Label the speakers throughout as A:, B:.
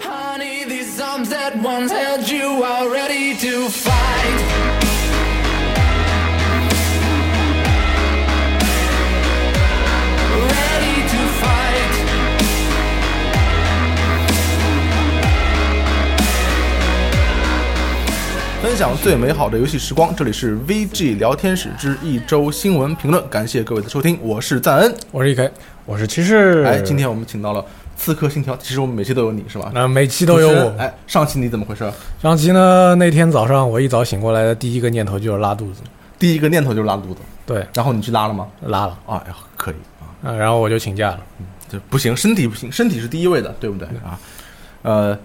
A: Honey, these arms that once held you are ready to fight. Ready to fight.
B: 分享最美好的游戏时光，这里是 VG 聊天室之一周新闻评论，感谢各位的收听，我是赞恩。
C: 我是 EK，我是骑士。
B: 哎，今天我们请到了《刺客信条》，其实我们每期都有你是吧？
C: 那呃每期都有
B: 主持人
C: 我。
B: 哎，上期你怎么回事？
C: 上期呢，那天早上我一早醒过来的第一个念头就是拉肚子，
B: 第一个念头就是拉肚子，
C: 对，
B: 然后你去拉了吗？
C: 拉了，
B: 啊，哎呀，可以啊，
C: 啊然后我就请假了。
B: 这不行，身体不行，身体是第一位的，对不对啊？呃，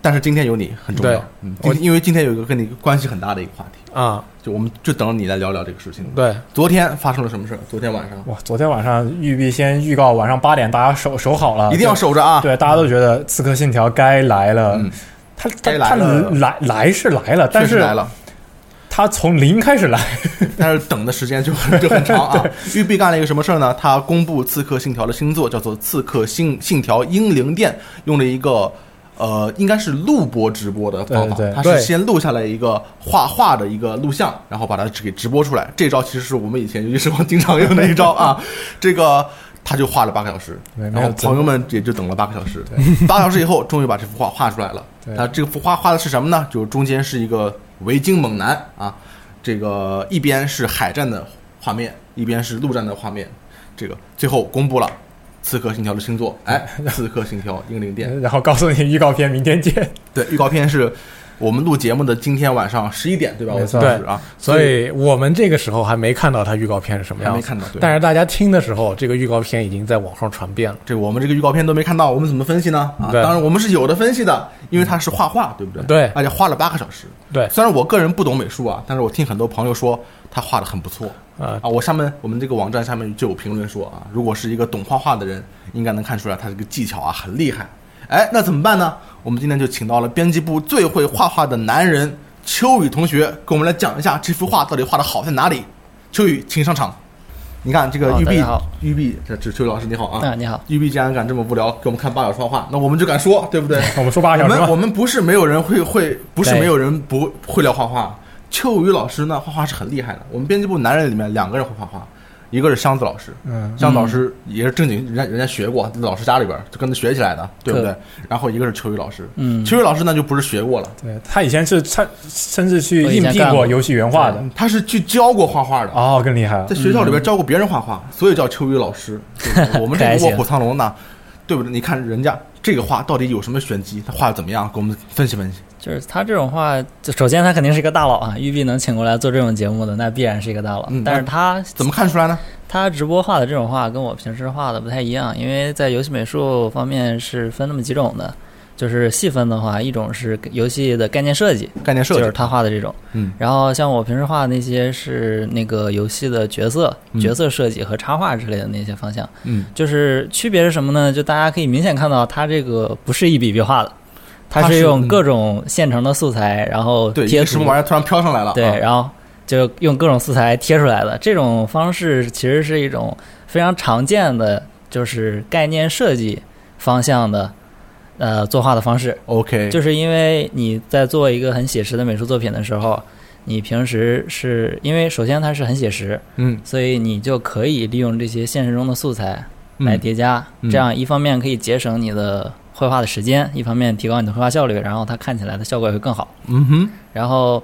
B: 但是今天有你很重要
C: 对，
B: 嗯，
C: 我
B: 今因为今天有一个跟你关系很大的一个话题，
C: 啊，
B: 就我们就等着你来聊聊这个事情。，
C: 对，
B: 昨天发生了什么事？昨天晚上
D: 哇，昨天晚上育碧先预告晚上八点大家守守好了，
B: 一定要守着啊！
D: 对。对，大家都觉得《刺客信条》该来了。
B: 嗯
D: 他
B: 该
D: 他
B: 来
D: 他
B: 了
D: 来来是来了，但
B: 确实
D: 是
B: 来了。
D: 他从零开始来，
B: 但是等的时间就很就很长啊。育碧干了一个什么事儿呢？他公布《刺客信条》的新作，叫做《刺客信信条：英灵殿》，用了一个呃，应该是录播直播的方法。
D: 对对
B: 他是
C: 对
B: 先录下来一个画画的一个录像，然后把它给直播出来。这招其实是我们以前游戏时光经常用的一招啊。这个。他就画了八个小时，
D: 对
B: 然
D: 没有
B: 后朋友们也就等了八个小时。八个小时以后，终于把这幅画画出来了。
D: 对
B: 他这幅画画的是什么呢？就是中间是一个维京猛男啊，这个一边是海战的画面，一边是陆战的画面。这个最后公布了《刺客信条》的星座，哎，《刺客信条：英灵殿》
D: 然后告诉你预告片明天见。
B: 对预告片是我们录节目的今天晚上十一点，对吧？
D: 没
B: 我
D: 错
B: 记得是啊，
C: 所以我们这个时候还没看到它预告片是什么
B: 还
C: 样
B: 没
C: 子，
B: 看到。对，
C: 但是大家听的时候，这个预告片已经在网上传遍了。
B: 这个我们这个预告片都没看到，我们怎么分析呢？啊，
C: 对
B: 当然我们是有的分析的，因为它是画画，对不对？
C: 对
B: 而且花了八个小时。
C: 对，
B: 虽然我个人不懂美术啊，但是我听很多朋友说他画的很不错
C: 啊
B: 啊。我上面我们这个网站下面就有评论说啊，如果是一个懂画画的人，应该能看出来他这个技巧啊很厉害。哎，那怎么办呢？我们今天就请到了编辑部最会画画的男人秋雨同学，跟我们来讲一下这幅画到底画的好在哪里。秋雨，请上场。你看这个
E: 好
B: 玉
E: 哦大
B: 碧
E: 家好，
B: 玉碧，这这秋雨老师你好啊。
E: 啊，你好，
B: 玉碧竟然敢这么无聊给我们看八小时画画，那我们就敢说，对不对？
D: 我们说八
B: 我
D: 个小时
B: 们我
D: 吧，
B: 们不是没有人会会，不是
E: 对
B: 没有人不会聊画画。
D: 嗯
B: 秋雨老师呢，画画是很厉害的。我们编辑部男人里面两个人会画画，一个是箱子老师，
D: 嗯，
B: 箱子老师也是正经人家人家学过，老师家里边就跟着学起来的，对不对？然后一个是秋雨老师，
E: 嗯，
B: 秋雨老师呢就不是学过了，
D: 对他以前是他甚至去
E: 我以
D: 应
E: 前
D: 聘
E: 干
D: 过
E: 过
D: 游戏原画的，
B: 他是去教过画画的。
D: 哦，更厉害了
B: 在。学校里边教过别人画画，所以叫秋雨老师。对不对我们这
E: 嗯 开
B: 个
E: 心
B: 卧虎藏龙呢，对不对？你看人家这个画到底有什么玄机？他画的怎么样？给我们分析分析。
E: 就是他这种话，就首先他肯定是一个大佬啊，育碧能请过来做这种节目的，那必然是一个大佬。
B: 嗯
E: 但是他
B: 怎么看出来呢？
E: 他直播画的这种画跟我平时画的不太一样，因为在游戏美术方面是分那么几种的，就是细分的话，一种是游戏的概念设计，
B: 概念设
E: 就是
B: 计，
E: 他画的这种。
B: 嗯，
E: 然后像我平时画的那些是那个游戏的角色、
B: 嗯
E: 角色设计和插画之类的那些方向。
B: 嗯，
E: 就是区别是什么呢？就大家可以明显看到，它这个不是一笔笔画的，它
B: 它是
E: 是用
B: 嗯
E: 各种现成的素材，然后
B: 对，一
E: 贴
B: 个
E: 图
B: 什么玩意儿突然飘上来了？
E: 对，
B: 啊
E: 然后就用各种素材贴出来的。这种方式其实是一种非常常见的，就是概念设计方向的。呃，作画的方式，
B: ，OK，
E: 就是因为你在做一个很写实的美术作品的时候，你平时是因为首先它是很写实，
B: 嗯，
E: 所以你就可以利用这些现实中的素材
B: 嗯
E: 来叠加，
B: 嗯
E: 这样一方面可以节省你的绘画的时间，一方面提高你的绘画效率，然后它看起来的效果也会更好。
B: 嗯哼，
E: 然后，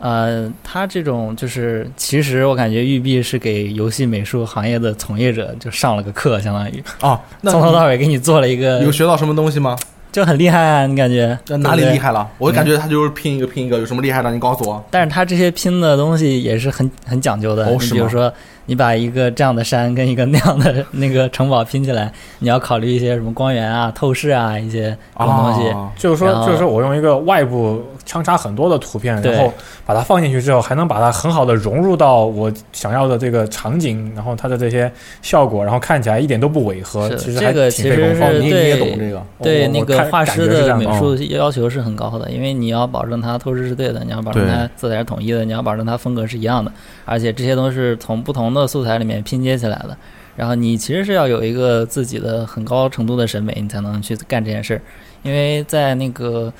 E: 呃，它这种就是，其实我感觉育碧是给游戏美术行业的从业者就上了个课，相当于
B: 哦，那
E: 从头到尾给你做了一个
B: 有，学到什么东西吗？
E: 就很厉害啊，你感觉
B: 那哪里
E: 对不对嗯
B: 厉害了？我感觉他就是拼一个拼一个，有什么厉害的？你告诉我。
E: 但是它这些拼的东西也是很很讲究的。
B: 哦
E: 你
B: 是
E: 比如
B: 吗
E: 说，你把一个这样的山跟一个那样的 那个城堡拼起来，你要考虑一些什么光源啊、透视啊一些这种东西。
B: 啊
D: 就是说
E: 然，后
D: 就是说我用一个外部穿插很多的图片，
E: 对
D: 然后把它放进去之后，还能把它很好的融入到我想要的这个场景，然后它的这些效果，然后看起来一点都不违和。
E: 是
D: 其实
E: 这
D: 还
E: 个
D: 挺
E: 其
D: 费
E: 实
D: 功夫
B: 哦
E: 是
B: 你你也懂
E: 对
B: 这个？
E: 对
D: 我
E: 那
D: 我
E: 个
D: 看
E: 画
D: 感
E: 师
D: 觉是这
E: 的
D: 样的
E: 美
D: 哦
E: 术要求是很高的，因为你要保证它透视是对的，你要保证
B: 对
E: 它色彩是统一的，你要保证它风格是一样的，而且这些都是从不同的素材里面拼接起来的。然后你其实是要有一个自己的很高程度的审美，你才能去干这件事儿。因为在那个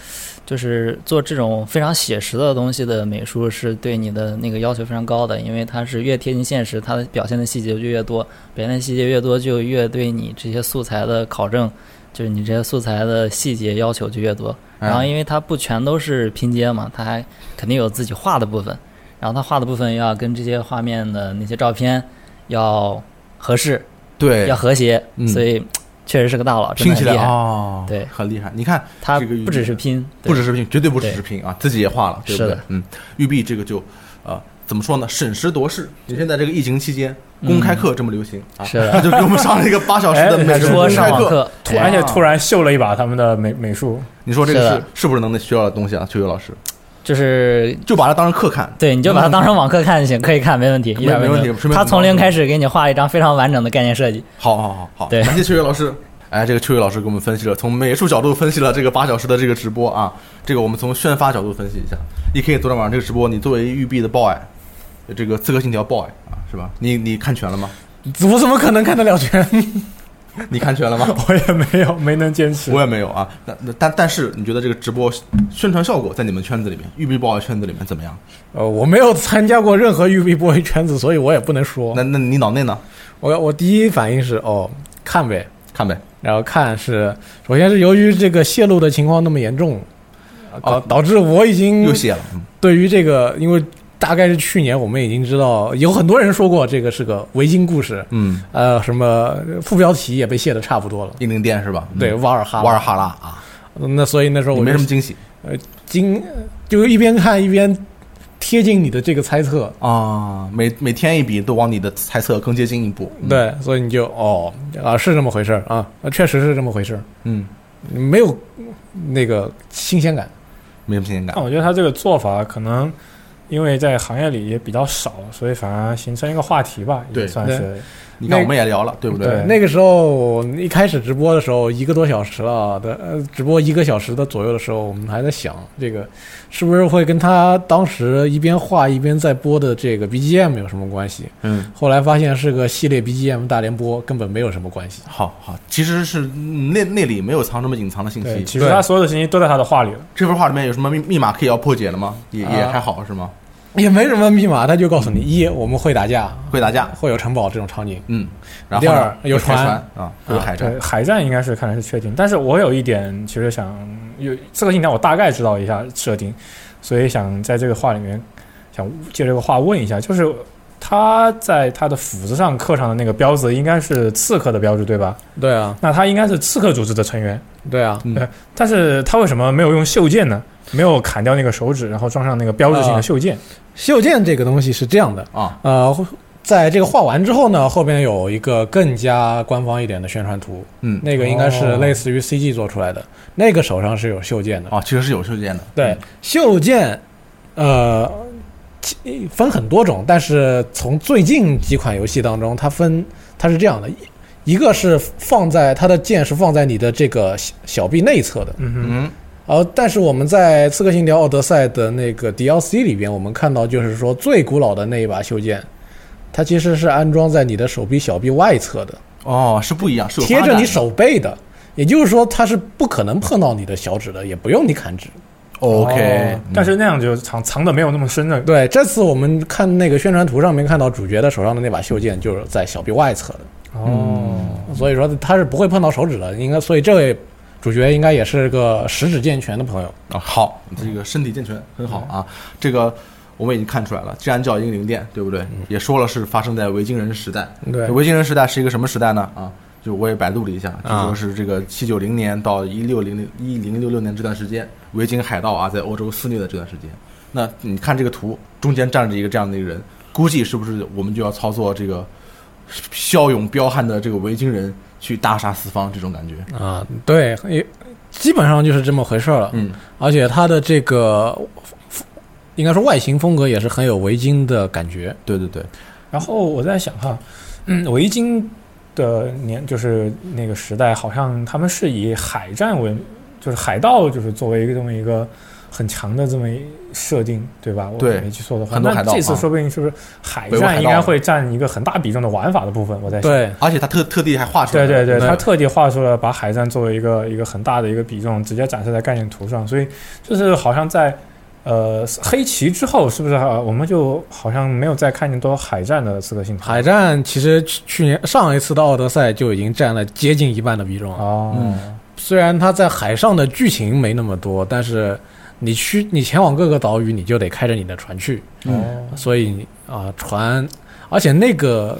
E: 就是做这种非常写实的东西的美术，是对你的那个要求非常高的，因为它是越贴近现实，它的表现的细节就越多，表现的细节越多，就越对你这些素材的考证，就是你这些素材的细节要求就越多。
B: 嗯
E: 然
B: 哎
E: 后因为它不全都是拼接嘛，它还肯定有自己画的部分，然后它画的部分要跟这些画面的那些照片要合适，
B: 对
E: 要，和谐，
B: 嗯
E: 所以确实是个大佬，真
B: 听
E: 的
B: 起
E: 很
B: 来
E: 厉害。
B: 哦，
E: 对
B: 很厉害。你看，
E: 他
B: 这个
E: 不只是拼，对
B: 不只是拼，绝对不只
E: 对
B: 是拼啊，自己也画了，对不
E: 是
B: 对
E: 的？
B: 嗯，育碧这个就，呃，怎么说呢？审时度势。你现在这个疫情期间，公开课这么流行啊，
E: 是的
B: 他就给我们上了一个八小时的
D: 哎
B: 美术
E: 说
B: 公
E: 上
B: 开
E: 网
B: 课。
E: 课，
D: 突而且突然秀了一把他们的美美术，
B: 你说这个
E: 是
B: 是
E: 的
B: 是不是能学到的东西啊？秋月老师
E: 就是
B: 就把它当成课看，
E: 对，你就把它当成网课看就行，可以看，没问题，
B: 没
E: 一点
B: 没问题顺便
E: 他从零开始给你画一张非常完整的概念设计，
B: 好好好好，
E: 对
B: 感谢秋月老师。哎，这个秋月老师给我们分析了，从美术角度分析了这个八小时的这个直播啊，这个我们从宣发角度分析一下。E K 昨天晚上这个直播，你作为育碧的 boy，这个《刺客信条》boy 啊，是吧？你你看全了吗？
D: 我怎么可能看得了 全？
B: 你看全了吗？
D: 我也没有，没能坚持
B: 我。也没有啊。那那但但是，你觉得这个直播宣传效果在你们圈子里面，育碧 boy 圈子里面怎么样？
C: 呃，我没有参加过任何育碧 boy 圈子，所以我也不能说
B: 那。那你脑内呢？
C: 我我第一反应是哦，看呗。
B: 看呗。
C: 然后看是，首先是由于这个泄露的情况那么严重，
B: 搞
C: 导导致我已经
B: 又写了，嗯
C: 对于这个，因为大概是去年我们已经知道，有很多人说过这个是个维京故事，
B: 嗯，
C: 呃，什么副标题也被卸的差不多了。
B: 英灵殿是吧？嗯
C: 对，，瓦尔哈，
B: 瓦尔哈拉啊，
C: 那所以那时候
B: 你
C: 我
B: 没
C: 就
B: 什么惊喜
C: 惊，就一边看一边贴近你的这个猜测，
B: 啊，每每天一笔都往你的猜测更接近一步。嗯，
C: 对，所以你就哦啊是这么回事儿啊，确实是这么回事儿，
B: 嗯，
C: 没有那个新鲜感。
B: 没什么新鲜感
C: 哦
D: 但。我觉得他这个做法可能因为在行业里也比较少，所以反而形成一个话题吧，
B: 对
D: 也算是。
B: 你看
C: 那
B: 我们也聊了，对不
D: 对
C: 那个时候我一开始直播的时候，一个多小时了的，呃，直播一个小时的左右的时候，我们还在想这个是不是会跟他当时一边画一边在播的这个 BGM 有什么关系？
B: 嗯，
C: 后来发现是个系列 BGM 大联播，根本没有什么关系。
B: 好好，其实是嗯那那里没有藏什么隐藏的信
D: 对，
B: 息。
D: 其实他所有的信息都在他的画里了。
B: 这幅画里面有什么密密码可以要破解的吗？也也
C: 啊
B: 还好是吗？
C: 也没什么密码，他就告诉你：一，我们会打架，
B: 会打架，
C: 会有城堡这种场景；
B: 嗯，然后
C: 第二
B: 呢
C: 有
B: 开
C: 船
B: 啊，会有海战
D: 对，。海战应该是看来是确定，但是我有一点其实想有这个信条，我大概知道一下设定，所以想在这个话里面想借这个话问一下，就是他在他的斧子上刻上的那个标志应该是刺客的标志对吧？
C: 对啊，
D: 那他应该是刺客组织的成员，
C: 对啊，
B: 嗯
D: 对，但是他为什么没有用袖剑呢？没有砍掉那个手指，然后装上那个标志性的袖剑。
C: 袖剑这个东西是这样的，
B: 啊，
C: 呃，在这个画完之后呢，后边有一个更加官方一点的宣传图，
B: 嗯，
C: 那个应该是类似于 CG 做出来的，那个手上是有袖剑的。
B: 啊，其实是有事件的。
C: 对，袖剑，呃，其分很多种，但是从最近几款游戏当中，它分它是这样的，一一个是放在它的剑是放在你的这个小小臂内侧的，
D: 嗯哼，
B: 嗯，
C: 呃，但是我们在《刺客信条：奥德赛》的那个 DLC 里边，我们看到就是说最古老的那一把袖剑。它其实是安装在你的手臂小臂外侧的，
B: 哦，是不一样，是有
C: 贴
B: 发
C: 着
B: 展
C: 你
B: 的
C: 手背的，也就是说它是不可能碰到你的小指的，也不用你砍指。
B: OK，
D: 哦但是那样就藏藏的没有那么深的。
C: 对，这次我们看那个宣传图上面看到主角的手上的那把袖剑就是在小臂外侧的，嗯
D: 哦，
C: 所以说他是不会碰到手指的。应该，所以这位主角应该也是个十指健全的朋友。
B: 啊，好，这个身体健全很好啊。这个我们已经看出来了，既然叫英灵殿，对不对？
C: 嗯
B: 也说了是发生在维京人时代。
C: 对
B: 维京人时代是一个什么时代呢？啊，就我也百度了一下，就
C: 啊
B: 说是这个七九零年到一六零零一零六六年这段时间，维京海盗啊在欧洲肆虐的这段时间。那你看这个图，中间站着一个这样的一个人，估计是不是我们就要操作这个骁勇彪悍的这个维京人去大杀四方这种感觉？
C: 啊，对，也基本上就是这么回事儿了。
B: 嗯，
C: 而且他的这个应该说外形风格也是很有维京的感觉。
B: 对对对，
D: 然后我在想哈，嗯，维京的年就是那个时代，好像他们是以海战为，就是海盗就是作为一个这么一个很强的这么一设定，对吧？我
B: 对
D: 没记错的话，
B: 很多海盗
D: 那这次
B: 啊
D: 说不定是不是海
B: 北欧海
D: 战
B: 盗
D: 应该会占一个很大比重的玩法的部分？我在想。
C: 对，
B: 而且他特特地还画出来
D: 对
B: 了，
D: 对对，
C: 对
D: 他特地画出了把海战作为一个一个很大的一个比重，直接展示在概念图上，所以就是好像在呃黑旗之后，是不是、呃我们就好像没有再看见多海战的刺客信条？
C: 海战其实去去年上一次的奥德赛就已经占了接近一半的比重了。
D: 哦，
B: 嗯
C: 虽然它在海上的剧情没那么多，但是你去你前往各个岛屿，你就得开着你的船去，
B: 嗯，
D: 哦
C: 所以啊、船，而且那个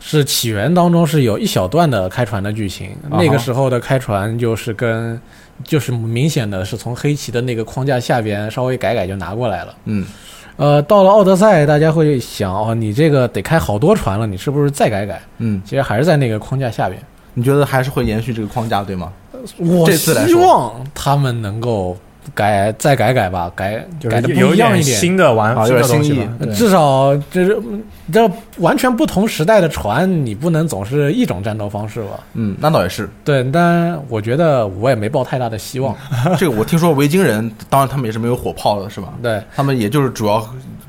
C: 是起源当中是有一小段的开船的剧情，
D: 哈
C: 那个时候的开船就是跟就是明显的是从黑旗的那个框架下边稍微改改就拿过来了。
B: 嗯，
C: 呃，到了奥德赛，大家会想哦，你这个得开好多船了，你是不是再改改？
B: 嗯，
C: 其实还是在那个框架下边。
B: 你觉得还是会延续这个框架对吗？
C: 我
B: 这次来说
C: 希望他们能够改再改改吧，改
D: 就是
C: 改的
D: 有
C: 不
D: 有
C: 一样
D: 点
C: 一点。
D: 新的玩法，
B: 啊
D: 新
B: 有
D: 的
B: 点
D: 东西
B: 新意
D: 吧。对
C: 至少就是这完全不同时代的船，你不能总是一种战斗方式吧？
B: 嗯，那倒也是。
C: 对，但我觉得我也没抱太大的希望。
B: 这个我听说维京人，当然他们也是没有火炮的，是吧？
C: 对，
B: 他们也就是主要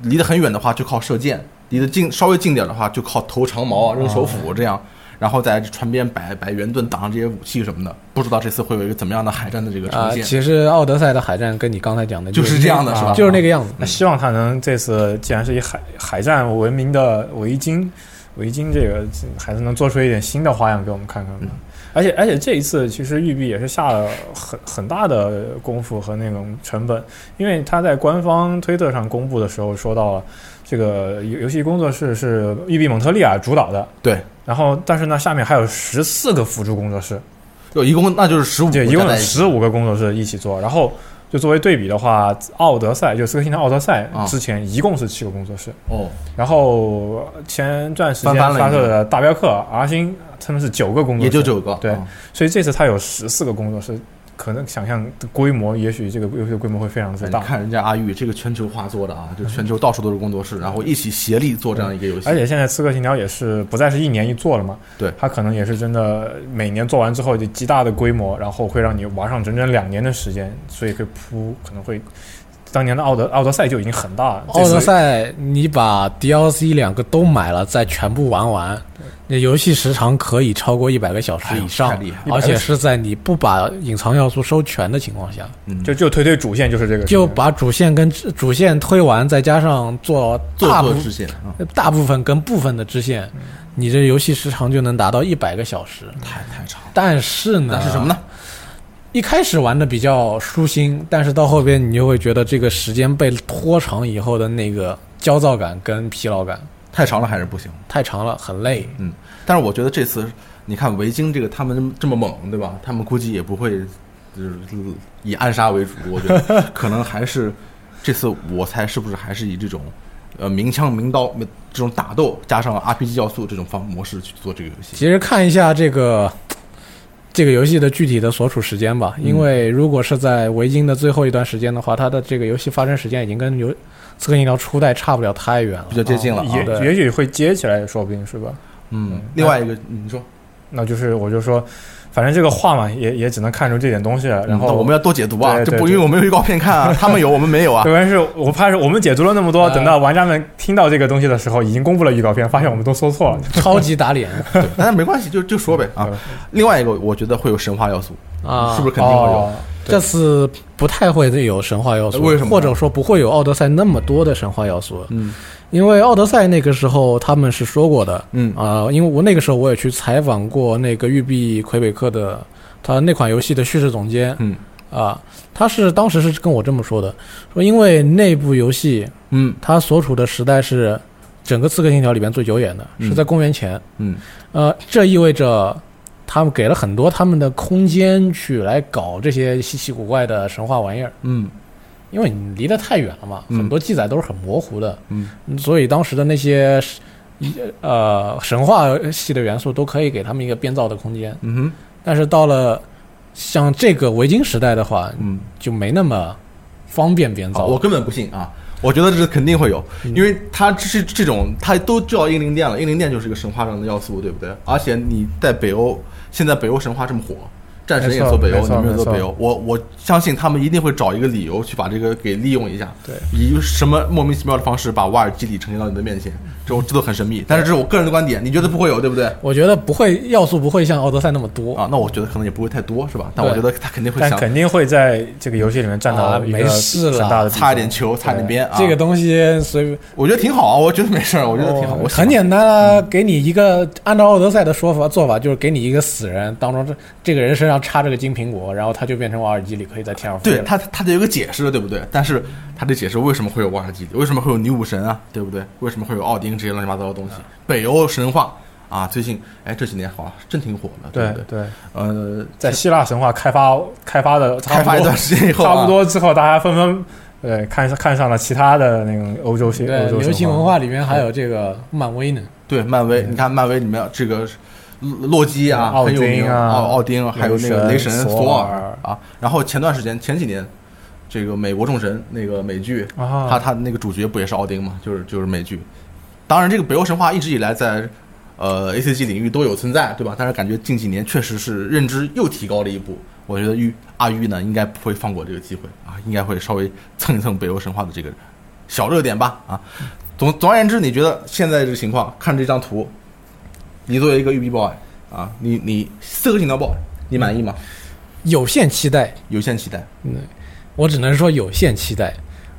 B: 离得很远的话就靠射箭，离得近稍微近点儿的话就靠投长矛啊、扔手
D: 哦
B: 斧这样，然后在船边摆摆圆盾挡着这些武器什么的。不知道这次会有一个怎么样的海战的这个
C: 啊、
B: 呈现？
C: 其实奥德赛的海战跟你刚才讲的
B: 就是这样的，
D: 啊
B: 是吧？
C: 就是那个样子。
D: 那希望他能这次，既然是以海海战闻名的维京，维京这个还是能做出一点新的花样给我们看看
B: 嗯
D: 吧。而且而且这一次其实育碧也是下了很很大的功夫和那种成本，因为他在官方推特上公布的时候说到了，这个游游戏工作室是育碧蒙特利尔主导的，
B: 对，
D: 然后但是呢下面还有十四个辅助工作室，
B: 就一共那就是十五，
D: 对，一共有十五个工作室一起做，然后就作为对比的话，《奥德赛》就《刺客信条：奥德赛
B: 啊》
D: 之前一共是七个工作室，
B: 哦，
D: 然后前段时间
B: 翻番了
D: 发售
B: 已经
D: 的《大镖客》R 星他们是九个工作室，
B: 也就九个，
D: 对
B: 嗯
D: 所以这次它有十四个工作室，可能想象的规模，也许这个游戏的规模会非常之
B: 你
D: 大。
B: 看人家阿玉这个全球化做的啊，就全球到处都是工作室，然后一起协力做这样一个游戏，
D: 而且现在《刺客信条》也是不再是一年一做了嘛，
B: 对
D: 它可能也是真的每年做完之后就极大的规模，然后会让你玩上整整两年的时间，所以可以铺可能会。当年的奥德奥德赛就已经很大了，这
C: 奥
D: 次
C: 德赛，你把 DLC 两个都买了，再全部玩完，那游戏时长可以超过一百个小时以
B: 哎
C: 上
B: 呦太厉害，
D: 了
C: 而且是在你不把隐藏要素收全的情况下，
B: 嗯
D: 就就推推主线就是这个，
C: 就把主线跟主线推完，再加上做
B: 做
C: 大部
B: 做支线啊，
C: 大部分跟部分的支线，
B: 嗯
C: 你这游戏时长就能达到一百个小时。
B: 太太长了。
C: 但是呢，
B: 那是什么呢？
D: 呃
C: 一开始玩的比较舒心，但是到后边你就会觉得这个时间被拖长以后的那个焦躁感跟疲劳感。
B: 太长了还是不行。
C: 太长了，很累。
B: 嗯但是我觉得这次，你看维京这个他们这么猛，对吧？他们估计也不会就是以暗杀为主，我觉 得可能还是这次我猜是不是还是以这种呃明枪明刀这种打斗加上 RPG 要素这种方模式去做这个游戏。
C: 其实看一下这个这个游戏的具体的所处时间
B: 嗯
C: 吧，因为如果是在维京的最后一段时间的话，它的这个游戏发生时间已经跟游《刺客信条》初代差不了太远了
B: 比。较接近了啊，
D: 也
C: 对
D: 也许会接起来，说不定是吧？
B: 嗯。另外一个，你说，
D: 那就是我就说，反正这个话嘛，也也只能看出这点东西了。然后
B: 那我们要多解读啊，
D: 对
B: 这
D: 对
B: 不因为
D: 对
B: 我们有预告片看啊，他们有我们没有啊
D: 特。别是我怕是我们解读了那么多，
C: 哎
B: 嗯
D: 等到玩家们听到这个东西的时候，已经公布了预告片，发现我们都说错了。
C: 超级打脸
B: 对但是没关系，就就说呗啊
D: 对。
B: 另外一个，我觉得会有神话要素，
C: 啊！
B: 是不是肯定会有？
D: 哦
C: 这次不太会有神话要素？
B: 为什么呢
C: 或者说不会有《奥德赛》那么多的神话要素？
B: 嗯
C: 因为《奥德赛》那个时候他们是说过的，
B: 嗯
C: 啊、因为我那个时候我也去采访过那个育碧魁北克的他那款游戏的叙事总监，
B: 嗯
C: 啊，他是当时是跟我这么说的，说因为那部游戏
B: 嗯
C: 它所处的时代是整个《刺客信条》里边最久远的，
B: 嗯
C: 是在公元前，
B: 嗯
C: 呃，这意味着。他们给了很多他们的空间去来搞这些稀奇古怪的神话玩意儿，
B: 嗯
C: 因为你离得太远了嘛，
B: 嗯
C: 很多记载都是很模糊的。
B: 嗯
C: 所以当时的那些呃神话系的元素都可以给他们一个编造的空间。
B: 嗯哼
C: 但是到了像这个维京时代的话，
B: 嗯。
C: 就没那么方便编
B: 啊，
C: 造。
B: 我根本不信啊！我觉得这肯定会有，
D: 嗯
B: 因为它这是这种，它都叫英灵殿了，英灵殿就是一个神话上的要素，对不对？而且你在北欧，现在北欧神话这么火，战神也
D: 没
B: 做
D: 错
B: 北欧，
D: 没
B: 你
D: 错
B: 们也做
D: 没错
B: 北欧，我我相信他们一定会找一个理由去把这个给利用一下，
D: 对，
B: 以什么莫名其妙的方式把瓦尔基里呈现到你的面前，这我这都很神秘，但是这是我个人的观点，你觉得不会有对不对？
C: 我觉得不会要素不会像奥德赛那么多，
B: 啊，那我觉得可能也不会太多是吧？但我觉
C: 对
B: 得他肯定会
D: 但
B: 想
D: 肯定会在这个游戏里面占
C: 啊
D: 到一个
C: 没事
D: 很
C: 了
D: 大的比
B: 擦一
D: 重
B: 点球，擦一点边啊，
C: 这个东西随便
B: 我觉得挺好啊，我觉得没事儿，我觉得挺好，我喜
D: 哦
B: 欢
C: 很简单啊，给你一个按照奥德赛的说法做法，就是给你一个死人，当中这这个人身上插着个金苹果，然后他就变成瓦尔基里，可以在天上飞
B: 对
C: 了。
B: 他，他得有个解释，对不对？但是他得解释为什么会有瓦尔基里，为什么会有女武神啊，对不对？为什么会有奥丁这些乱七八糟的东西？北欧神话啊，最近哎这几年好像真挺火的，
D: 对
B: 不对？
D: 对，
B: 呃，
D: 在希腊神话开发开发的差
B: 开
D: 不
B: 发一
D: 多
B: 段时间以后、啊，
D: 差不多之后，大家纷纷对看看上了其他的那种欧洲系欧洲
C: 流行
D: 神
C: 文化里面还有这个漫威呢，
B: 对漫威，你看漫威里面这个洛洛基啊，
D: 嗯奥
B: 很有
D: 丁
B: 名
D: 啊
B: 奥奥丁，还有那个雷
D: 雷
B: 神
D: 神
B: 索
D: 索
B: 尔
D: 尔
B: 啊。然后前段时间前几年，这个美国众神那个美剧，
D: 啊，
B: 他他那个主角不也是奥丁嘛，就是就是美剧。当然，这个北欧神话一直以来在呃 A C G 领域都有存在，对吧？但是感觉近几年确实是认知又提高了一步。我觉得玉阿玉呢，应该不会放过这个机会啊，应该会稍微蹭一蹭北欧神话的这个小热点吧啊。总总而言之，你觉得现在这个情况，看这张图，你作为一个育碧 boy 啊，你你四个信条 boy，你满意吗？
C: 有限期待，
B: 有限期待，
C: 我只能说有限期待。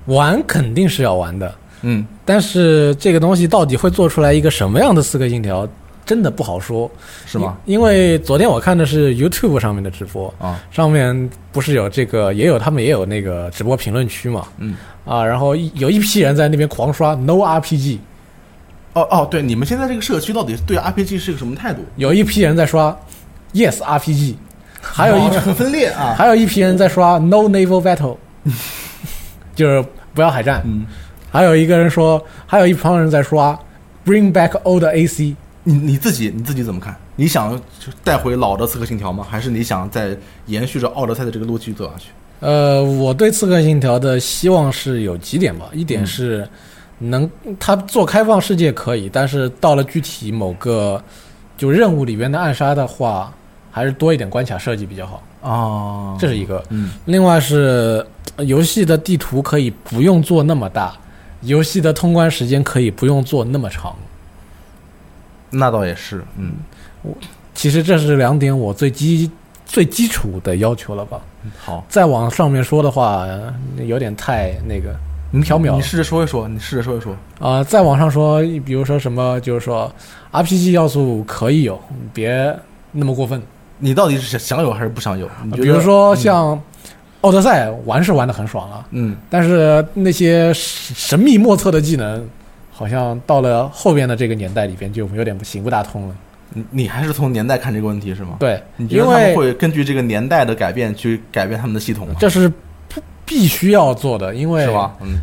C: 玩肯定是要玩的，
B: 嗯，
C: 但是这个东西到底会做出来一个什么样的四个信条，真的不好说，
B: 是吗？
C: 因因为昨天我看的是 YouTube 上面的直播，
B: 啊，
C: 上面不是有这个，也有他们也有那个直播评论区嘛，
B: 嗯，
C: 啊，然后一有一批人在那边狂刷 No RPG，
B: 哦哦，对，你们现在这个社区到底对 RPG 是个什么态度？
C: 有一批人在刷 Yes RPG，还有一、
B: 很分裂啊。
C: 还有一批人在刷 No Naval Battle，就是不要海战，
B: 嗯，
C: 还有一个人说，还有一帮人在刷 Bring Back Old AC，
B: 你你自己你自己怎么看？你想就带回老的《刺客信条》吗？还是你想再延续着《奥德赛》的这个路继续走下去？
C: 呃，我对《刺客信条》的希望是有几点吧，一点是能他做开放世界可以，但是到了具体某个就任务里边的暗杀的话，还是多一点关卡设计比较好，
B: 哦
C: 这是一个。
B: 嗯
C: 另外是呃游戏的地图可以不用做那么大，游戏的通关时间可以不用做那么长。
B: 那倒也是，嗯，
C: 其实这是两点我最基最基础的要求了吧。
B: 好，
C: 再往上面说的话，呃有点太那个。
B: 你
C: 缥缈
B: 你试着说一说，你试着说一说。
C: 啊，再往上说，比如说什么，就是说 RPG 要素可以有，别那么过分。
B: 你到底是想想有还是不想有？你觉得
C: 啊比如，嗯说像《奥德赛》，玩是玩的很爽啊了，
B: 嗯，
C: 但是那些神神秘莫测的技能，好像到了后边的这个年代里边就有点不行不大通了。
B: 你你还是从年代看这个问题是吗？
C: 对，
B: 你觉得
C: 因
B: 他们
C: 为
B: 会根据这个年代的改变去改变他们的系统吗？
C: 这是不必须要做的，因为
B: 是吧？嗯，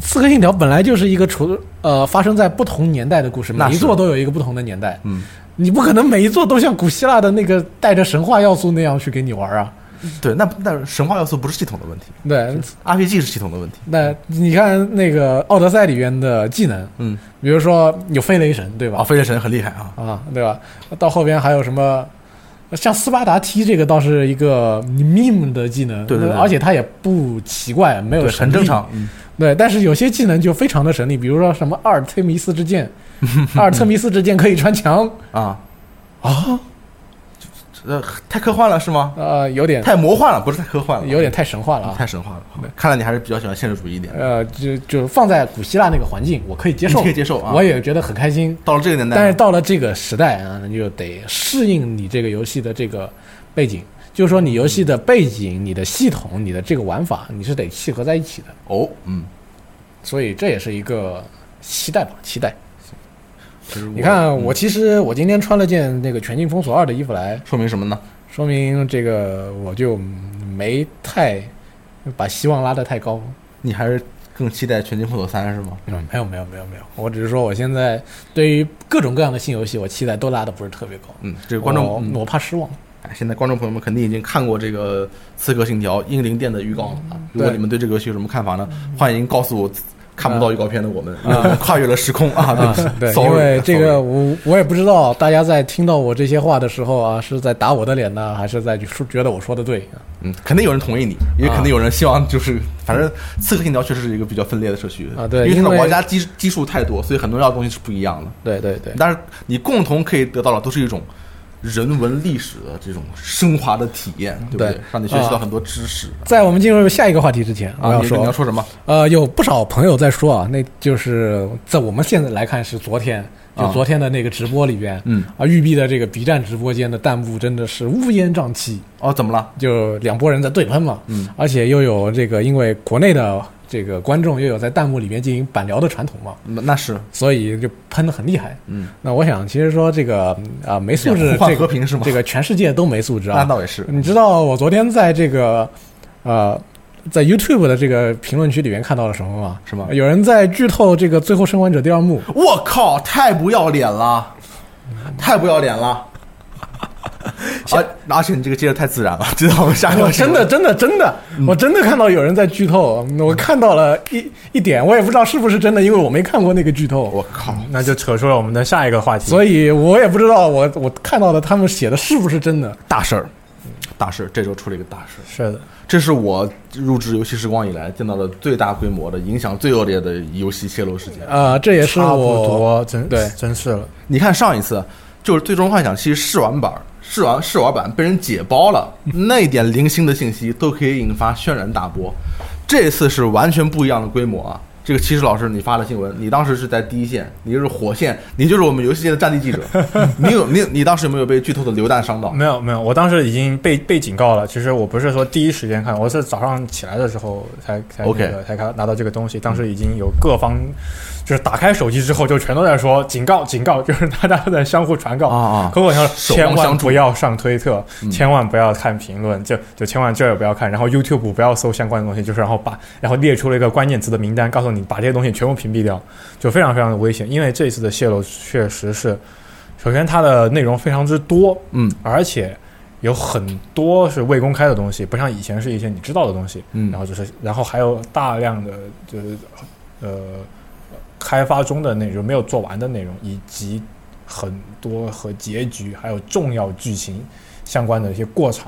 C: 《刺客信条》本来就是一个除呃发生在不同年代的故事，
B: 那
C: 每一
B: 是
C: 座都有一个不同的年代。
B: 嗯，
C: 你不可能每一座都像古希腊的那个带着神话要素那样去给你玩啊。
B: 对，那那神话要素不是系统的问题
C: 对，
B: ，RPG 是系统的问题。
C: 那你看那个《奥德赛》里边的技能，
B: 嗯，
C: 比如说有飞雷神，对
B: 啊，
C: 吧？
B: 飞雷神很厉害啊，
C: 啊，对吧？到后边还有什么？像斯巴达踢这个倒是一个 meme 的技能，
B: 对对对
C: 而且它也不奇怪，没有
B: 对，
C: 神
B: 很正
C: 力
B: 常。。嗯
C: 对，但是有些技能就非常的神力，比如说什么阿尔忒弥斯之 剑，阿尔忒弥斯之剑可以穿墙，
B: 啊啊，呃，太科幻了是吗？
C: 呃，有点
B: 太魔幻了，不是太科幻了，
C: 有点太神话了啊。
B: 太神话了。看来你还是比较喜欢现实主义一点，
C: 呃，就就放在古希腊那个环境，我可以接
B: 你
C: 受
B: 可以，接受啊。
C: 我也觉得很开心。
B: 到了这个年代，
C: 但是到了这个时代啊，你就得适应你这个游戏的这个背景，就是说你游戏的背景、你的系统、你的这个玩法，你是得契合在一起的。
B: 哦，嗯，
C: 所以这也是一个期待吧，期待。
B: 其实
C: 你看，
B: 嗯
C: 我其实我今天穿了件那个《全境封锁二》的衣服来，
B: 说明什么呢？
C: 说明这个我就没太把希望拉得太高。
B: 你还是更期待《全境封锁三》是吗？
C: 嗯，没有没有没有没有，我只是说我现在对于各种各样的新游戏，我期待都拉得不是特别高。
B: 嗯，这个观众
C: 我，
B: 嗯
C: 我怕失望。
B: 哎，现在观众朋友们肯定已经看过这个《刺客信条：英灵殿》的预告了啊。如果
C: 嗯对嗯
B: 你们对这个游戏有什么看法呢？欢迎告诉我，看不到预告片的我们，跨越了时空啊！对不起
C: 嗯 对，
B: ，sorry，
C: 因为这
B: sorry
C: 个我我也不知道大家在听到我这些话的时候啊，是在打我的脸呢，还是在说觉得我说的对？啊
B: 嗯，肯定有人同意你，也肯定有人希望就是，反正《刺客信条》确实是一个比较分裂的社区
C: 啊
B: 因
C: 对
B: 为它
C: 因
B: 的
C: 为
B: 玩家基基数太多，所以很多要的东西是不一样的。
C: 对对对，
B: 但是你共同可以得到的都是一种人文历史的这种升华的体验，对不对？
C: 嗯对
B: 让你学习到很多知识
C: 在我们进入下一个话题之前，我
B: 啊。
C: 要
B: 你你要
C: 说，
B: 说什么？
C: 呃，有不少朋友在说啊，那就是在我们现在来看是昨天，就
B: 啊
C: 昨天的那个直播里边，
B: 嗯，
C: 啊，育碧的这个 B 站直播间的弹幕真的是乌烟瘴气，
B: 哦，怎么了？
C: 就两拨人在对喷嘛，
B: 嗯，
C: 而且又有这个因为国内的这个观众又有在弹幕里面进行板聊的传统嘛，
B: 那那是
C: 所以就喷的很厉害。
B: 嗯，
C: 那我想，其实说这个嗯啊、没素质
B: 两，互换
C: 这
B: 和
C: 个
B: 平是吗
C: 这个全世界都没素质
B: 那
C: 啊。
B: 倒也是，
C: 你知道我昨天在这个呃，在 YouTube 的这个评论区里面看到了什么吗？
B: 什么
C: 啊有人在剧透这个《最后生还者》第二幕。
B: 我靠，太不要脸了，太不要脸 了。而而且你这个接的太自然了，知道我们下一个
C: 我 嗯真的，真的，真的，我真的看到有人在剧透，我看到了一一点，我也不知道是不是真的，因为我没看过那个剧透。
B: 我靠，
D: 那就扯出了我们的下一个话题。
C: 所以我也不知道我我看到的他们写的是不是真的。
B: 大事儿，大事儿，这周出了一个大事儿，
D: 是的，
B: 这是我入职游戏时光以来见到的最大规模的、影响最恶劣的游戏泄露事件。
C: 呃，这也是
D: 差不
C: 我
D: 多，真
C: 对
D: 真是了。
B: 你看上一次就是《最终幻想七》试玩版，试玩试玩版被人解包了，那一点零星的信息都可以引发轩然大波。这次是完全不一样的规模啊！这个骑士老师，你发的新闻，你当时是在第一线，你就是火线，你就是我们游戏界的战地记 者。你有你有你当时有没有被剧透的流弹伤到？
D: 没有没有，我当时已经被被警告了。其实我不是说第一时间看，我是早上起来的时候才才
B: OK
D: 那个才看拿到这个东西。当时已经有各方就是打开手机之后就全都在说警告警告， 就是大家都在相互传告
B: 啊啊
D: 口口相传，
B: 守望
D: 千万
B: 相助嗯
D: 不要上推特，千万不要看评论，就就千万这也不要看，然后 YouTube 不要搜相关的东西，就是然后把然后列出了一个关键词的名单，告诉你把这些东西全部屏蔽掉，就非常非常的危险。因为这次的泄露确实是，首先它的内容非常之多，
B: 嗯
D: 而且有很多是未公开的东西，不像以前是一些你知道的东西。
B: 嗯
D: 然后就是，然后还有大量的就是呃开发中的内容没有做完的内容，以及很多和结局还有重要剧情相关的一些过场，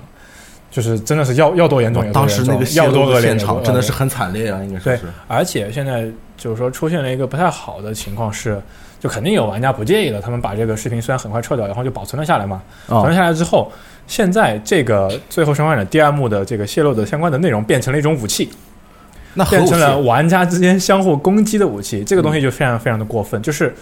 D: 就是真的是要要多严重有多
B: 当
D: 严
B: 时
D: 重，
B: 那个泄
D: 要多
B: 露
D: 恶
B: 的
D: 劣
B: 现
D: 有多恶
B: 场
D: 劣
B: 真的是很惨烈啊，应该说
D: 对
B: 是。，
D: 而且现在就是说出现了一个不太好的情况是，就肯定有玩家不介意了，他们把这个视频虽然很快撤掉，然后就保存了下来嘛。
C: 哦
D: 保存
B: 啊
D: 下来之后，现在这个《最后生还者》第二幕的这个泄露的相关的内容变成了一种武器，
C: 啊
B: 那核
D: 变
B: 武器
D: 成了玩家之间相互攻击的武器，这个东西就非常非常的过分，就是。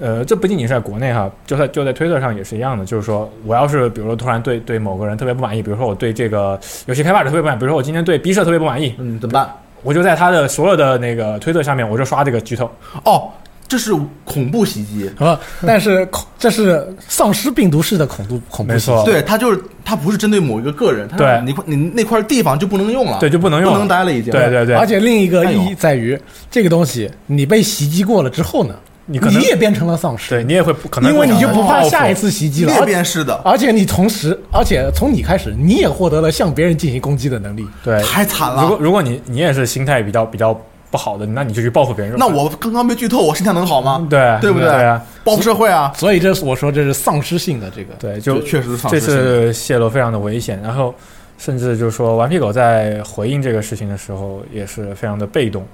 D: 呃，这不仅仅是在国内哈，就在就在推特上也是一样的，就是说我要是比如说突然对对某个人特别不满意，比如说我对这个游戏开发者特别不满意，比如说我今天对 B 社特别不满意，
B: 嗯，怎么办？
D: 我就在他的所有的那个推特下面，我就刷这个剧透。
B: 哦，这是恐怖袭击。
C: 啊，但是恐这是丧尸病毒式的恐怖恐怖
D: 没
C: 袭击
D: 错
B: 对，它就是它不是针对某一个个人，它是
D: 哦对
B: 你块你那块地方就不能用了，
D: 对就不能用了
B: 不能待了已经。
D: 对对对，
C: 而且另一个
B: 哎呦
C: 意义在于，这个东西你被袭击过了之后呢，
D: 你可能
C: 也变成了丧尸，
D: 对你也会可能
C: 因为你就不怕下一次
D: 次。
C: 袭击了，
B: 裂
C: 而且
B: 变式的，
C: 而且你同时，而且从你开始，你也获得了向别人进行攻击的能力。
D: 对，
B: 太惨
D: 哎如果
B: 了。
D: 如果你你也是心态比较比较不好的，那你就去报复别人。
B: 那我刚刚被剧透，我心态能好吗？
D: 对
B: 对不
D: 对啊？
B: 报复社会啊！
C: 所以这是我说这是丧尸性的这个，
D: 对，就
B: 这确实是丧
D: 这
B: 尸性
D: 次泄露非常的危险，然后甚至就是说，顽皮狗在回应这个事情的时候也是非常的被动。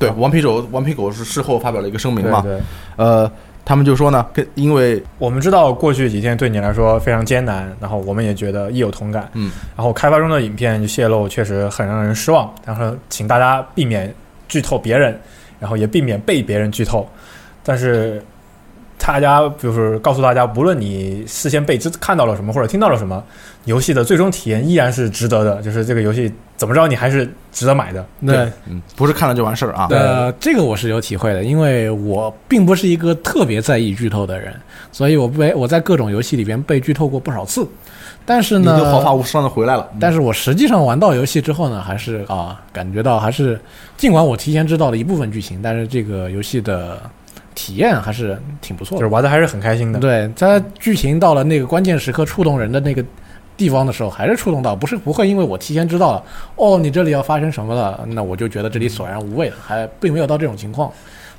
B: 对，顽皮狗，顽皮狗是事后发表了一个声明
D: 对
B: 嘛？
D: 对，
B: 呃，他们就说呢，跟因为
D: 我们知道过去几天对你来说非常艰难，然后我们也觉得亦有同感。
B: 嗯，
D: 然后开发中的影片泄露确实很让人失望，然后请大家避免剧透别人，然后也避免被别人剧透。但是大家就是告诉大家，无论你事先被知看到了什么或者听到了什么，游戏的最终体验依然是值得的，就是这个游戏怎么着你还是值得买的。
C: 对，
B: 嗯，不是看了就完事儿啊。
C: 呃，这个我是有体会的，因为我并不是一个特别在意剧透的人，所以我被我在各种游戏里边被剧透过不少次。但是
B: 你
C: 呢，
B: 就毫发无伤的回来了。
C: 但是我实际上玩到游戏之后呢，还是啊，感觉到还是，尽管我提前知道了一部分剧情，但是这个游戏的体验还是挺不错
D: 就
C: 的。
D: 是玩的还是很开心的。
C: 对，它剧情到了那个关键时刻触动人的那个地方的时候，还是触动到，不是不会因为我提前知道了，哦，你这里要发生什么了，那我就觉得这里索然无味了，还并没有到这种情况，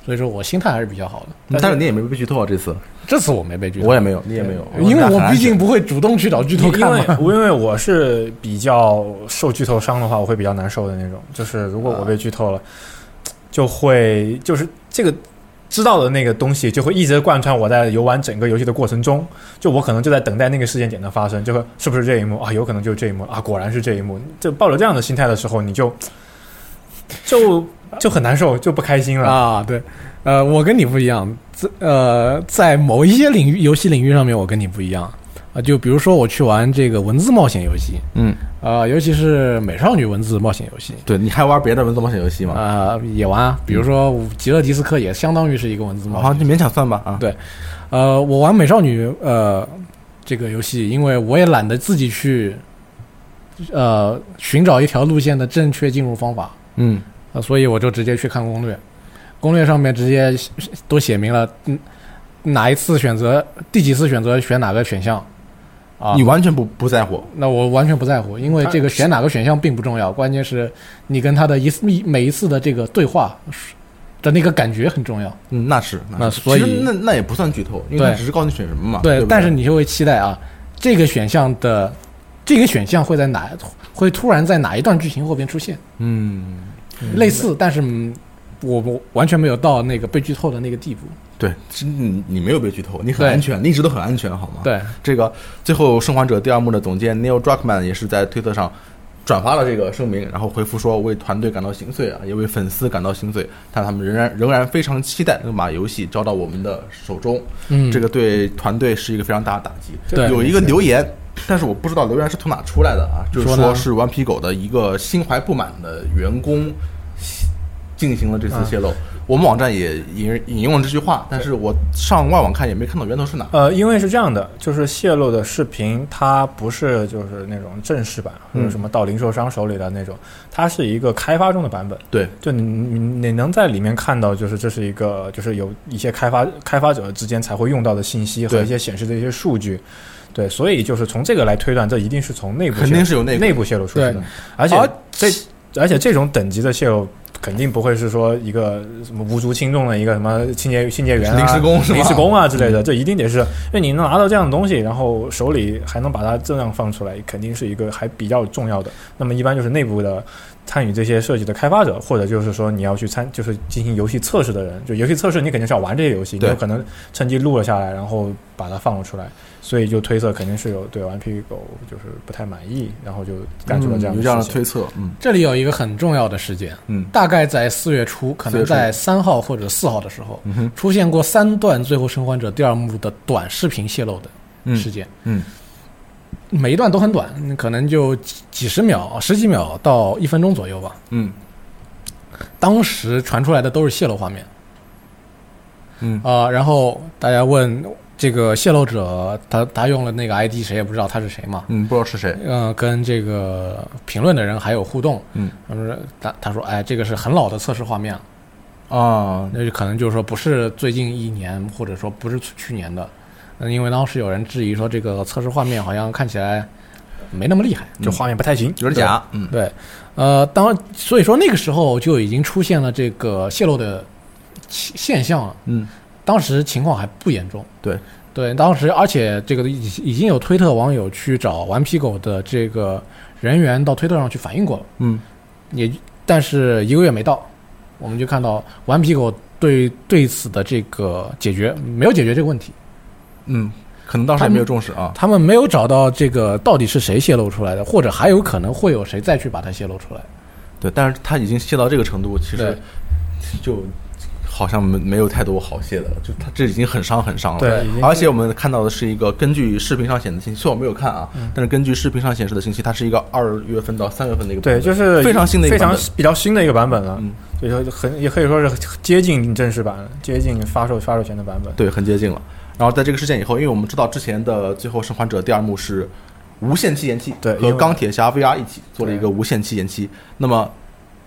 C: 所以说我心态还是比较好的。
B: 但是你也没被剧透啊，这次
C: 这次我没被剧透，
B: 我也没有，你也没有，
C: 因为
B: 那很
C: 我
B: 安
C: 毕
B: 全
C: 竟不会主动去找剧透
D: 因
C: 看
D: 为
C: 嘛。
D: 因为我是比较受剧透伤的话，我会比较难受的那种。就是如果我被剧透了，就会就是这个知道的那个东西就会一直贯穿我在游玩整个游戏的过程中。就我可能就在等待那个事件点的发生，就会是不是这一幕啊？有可能就是这一幕啊，果然是这一幕。就抱着这样的心态的时候，你就就就很难受，就不开心 了。
C: 啊，对，呃，我跟你不一样，在呃，在某一些领域游戏领域上面，我跟你不一样啊、就比如说我去玩这个文字冒险游戏，
B: 嗯，
C: 呃，尤其是美少女文字冒险游戏，
B: 对，你还玩别的文字冒险游戏吗？
C: 啊，也玩啊，比如说《极乐迪斯科》也相当于是一个文字冒
B: 嗯好像
C: 险
B: 就
C: 游戏。
B: 勉强算吧啊。
C: 对呃，我玩美少女呃这个游戏，因为我也懒得自己去呃寻找一条路线的正确进入方法，
B: 嗯，
C: 呃，所以我就直接去看攻略，攻略上面直接都写明了，嗯，哪一次选择，第几次选择选哪个选项，啊
B: 你，完全不不在乎，
C: 那我完全不在乎，因为这个选哪个选项并不重要，关键是你跟他的一次每一次的这个对话的那个感觉很重要。
B: 嗯，那是
C: 那
B: 是
C: 所以
B: 其实那那也不算剧透，因为
C: 对
B: 他只是告诉你选什么嘛。
C: 对，
B: 啊对不对，
C: 但是你就会期待啊，这个选项的这个选项会在哪会突然在哪一段剧情后边出现，
B: 嗯，
C: 类似，但是、嗯、我我完全没有到那个被剧透的那个地步。
B: 对，是你你没有被剧透，你很
C: 对
B: 安全，你一直都很安全，好吗？，
C: 对，
B: 这个最后《生还者》第二幕的总监 Neil Druckmann 也是在推特上转发了这个声明，然后回复说为团队感到心碎啊，也为粉丝感到心碎，但他们仍然仍然非常期待能把游戏交到我们的手中。
C: 嗯，
B: 这个对团队是一个非常大的打击。
C: 对
B: 有一个留言，但是我不知道留言是从哪出来的啊，就是
C: 说呢
B: 说是顽皮狗的一个心怀不满的员工进行了这次泄露。我们网站也引引用了这句话，但是我上外网看也没看到源头是哪。
D: 呃，因为是这样的，就是泄露的视频，它不是就是那种正式版，或者什么到零售商手里的那种，它是一个开发中的版本。
B: 对，
D: 就你你你能在里面看到，就是这是一个就是有一些开发开发者之间才会用到的信息和
B: 对
D: 一些显示的一些数据。对，所以就是从这个来推断，这一定是从内部泄露
B: 肯定是有内部
D: 内部泄露出去的
C: 对，
D: 而且
C: 而
D: 这而且这种等级的泄露。肯定不会是说一个什么无足轻重的一个什么清洁清洁员、啊、
B: 临时工是吧
D: 临时工啊之类的，这一定得是，因为你能拿到这样的东西，然后手里还能把它这样放出来，肯定是一个还比较重要的。那么一般就是内部的参与这些设计的开发者，或者就是说你要去参，就是进行游戏测试的人，就游戏测试你肯定是要玩这些游戏，你
B: 对
D: 有可能趁机录了下来，然后把它放了出来，所以就推测肯定是有对顽皮狗就是不太满意，然后就干出了这
B: 嗯
D: 样
B: 有
D: 的
B: 这样的
D: 事情。
B: 推测，嗯
C: 这里有一个很重要的事件，
B: 嗯
C: 大概在四月初，可能
B: 4月
C: 在三号或者四号的时候，
B: 嗯哼
C: 出现过三段《最后生还者》第二幕的短视频泄露的事
B: 嗯
C: 件，
B: 嗯，
C: 每一段都很短，可能就几几十秒、十几秒到一分钟左右吧。
B: 嗯
C: 当时传出来的都是泄露画面
B: 嗯
C: 啊、然后大家问这个泄露者，他他用了那个 ID，谁也不知道他是谁嘛。
B: 嗯，不知道是谁，
C: 呃，跟这个评论的人还有互动，
B: 嗯
C: 他们说他他说，哎，这个是很老的测试画面了，
B: 啊，
C: 那就可能就是说不是最近一年，或者说不是去去年的，嗯，因为当时有人质疑说这个测试画面好像看起来没那么厉害，
D: 就画面不太行，
B: 嗯有点假，嗯
C: 对，呃，当然，所以说那个时候就已经出现了这个泄露的现现象了，
B: 嗯，
C: 当时情况还不严重，
B: 对
C: 对，当时而且这个已已经有推特网友去找顽皮狗的这个人员到推特上去反映过了。
B: 嗯
C: 也但是一个月没到，我们就看到顽皮狗对对此的这个解决没有解决这个问题，
B: 嗯，可能当时也没有重视啊，
C: 他们没有找到这个到底是谁泄露出来的，或者还有可能会有谁再去把它泄露出来。
B: 对，但是他已经泄到这个程度，其实
C: 对
B: 就好像没没有太多好泄的了，就他这已经很伤很伤了。
D: 对已经
B: 而且我们看到的是一个根据视频上显示的信息，虽然我没有看啊，
D: 嗯
B: 但是根据视频上显示的信息，它是一个二月份到三月份的一个版
D: 对，
B: 本
D: 就是
B: 非常新的一个
D: 非常
B: 版本
D: 比较新的一个版本了，
B: 嗯
D: 所以说很也可以说是接近正式版了，接近发售发售前的版本。
B: 对，很接近了。然后在这个事件以后，因为我们知道之前的《最后生还者》第二幕是无限期延期，
D: 对因
B: 和
D: 为
B: 钢铁侠 VR 一起做了一
D: 对
B: 个无限期延期。那么，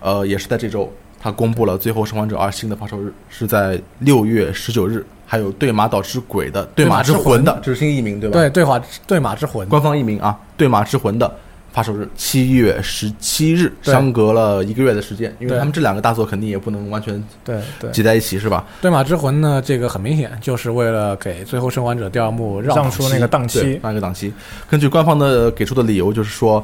B: 呃，也是在这周，它公布了《最后生还者二》新的发售日是在六月十九日，还有《对马岛之鬼》的《对马之魂》的，这是新译名对吧？
C: 对，对话对马之魂，
B: 官方译名啊，《对马之魂》的发售日七月十七日，
C: 对
B: 相隔了一个月的时间，因为
C: 对
B: 他们这两个大作肯定也不能完全
C: 对对
B: 挤在一起，是吧？
C: 对马之魂呢，这个很明显就是为了给《最后生还者》第二幕让
D: 让
C: 档
D: 出
C: 期
D: 那个档
B: 对
D: 期，
B: 那个档期。根据官方的给出的理由，就是说，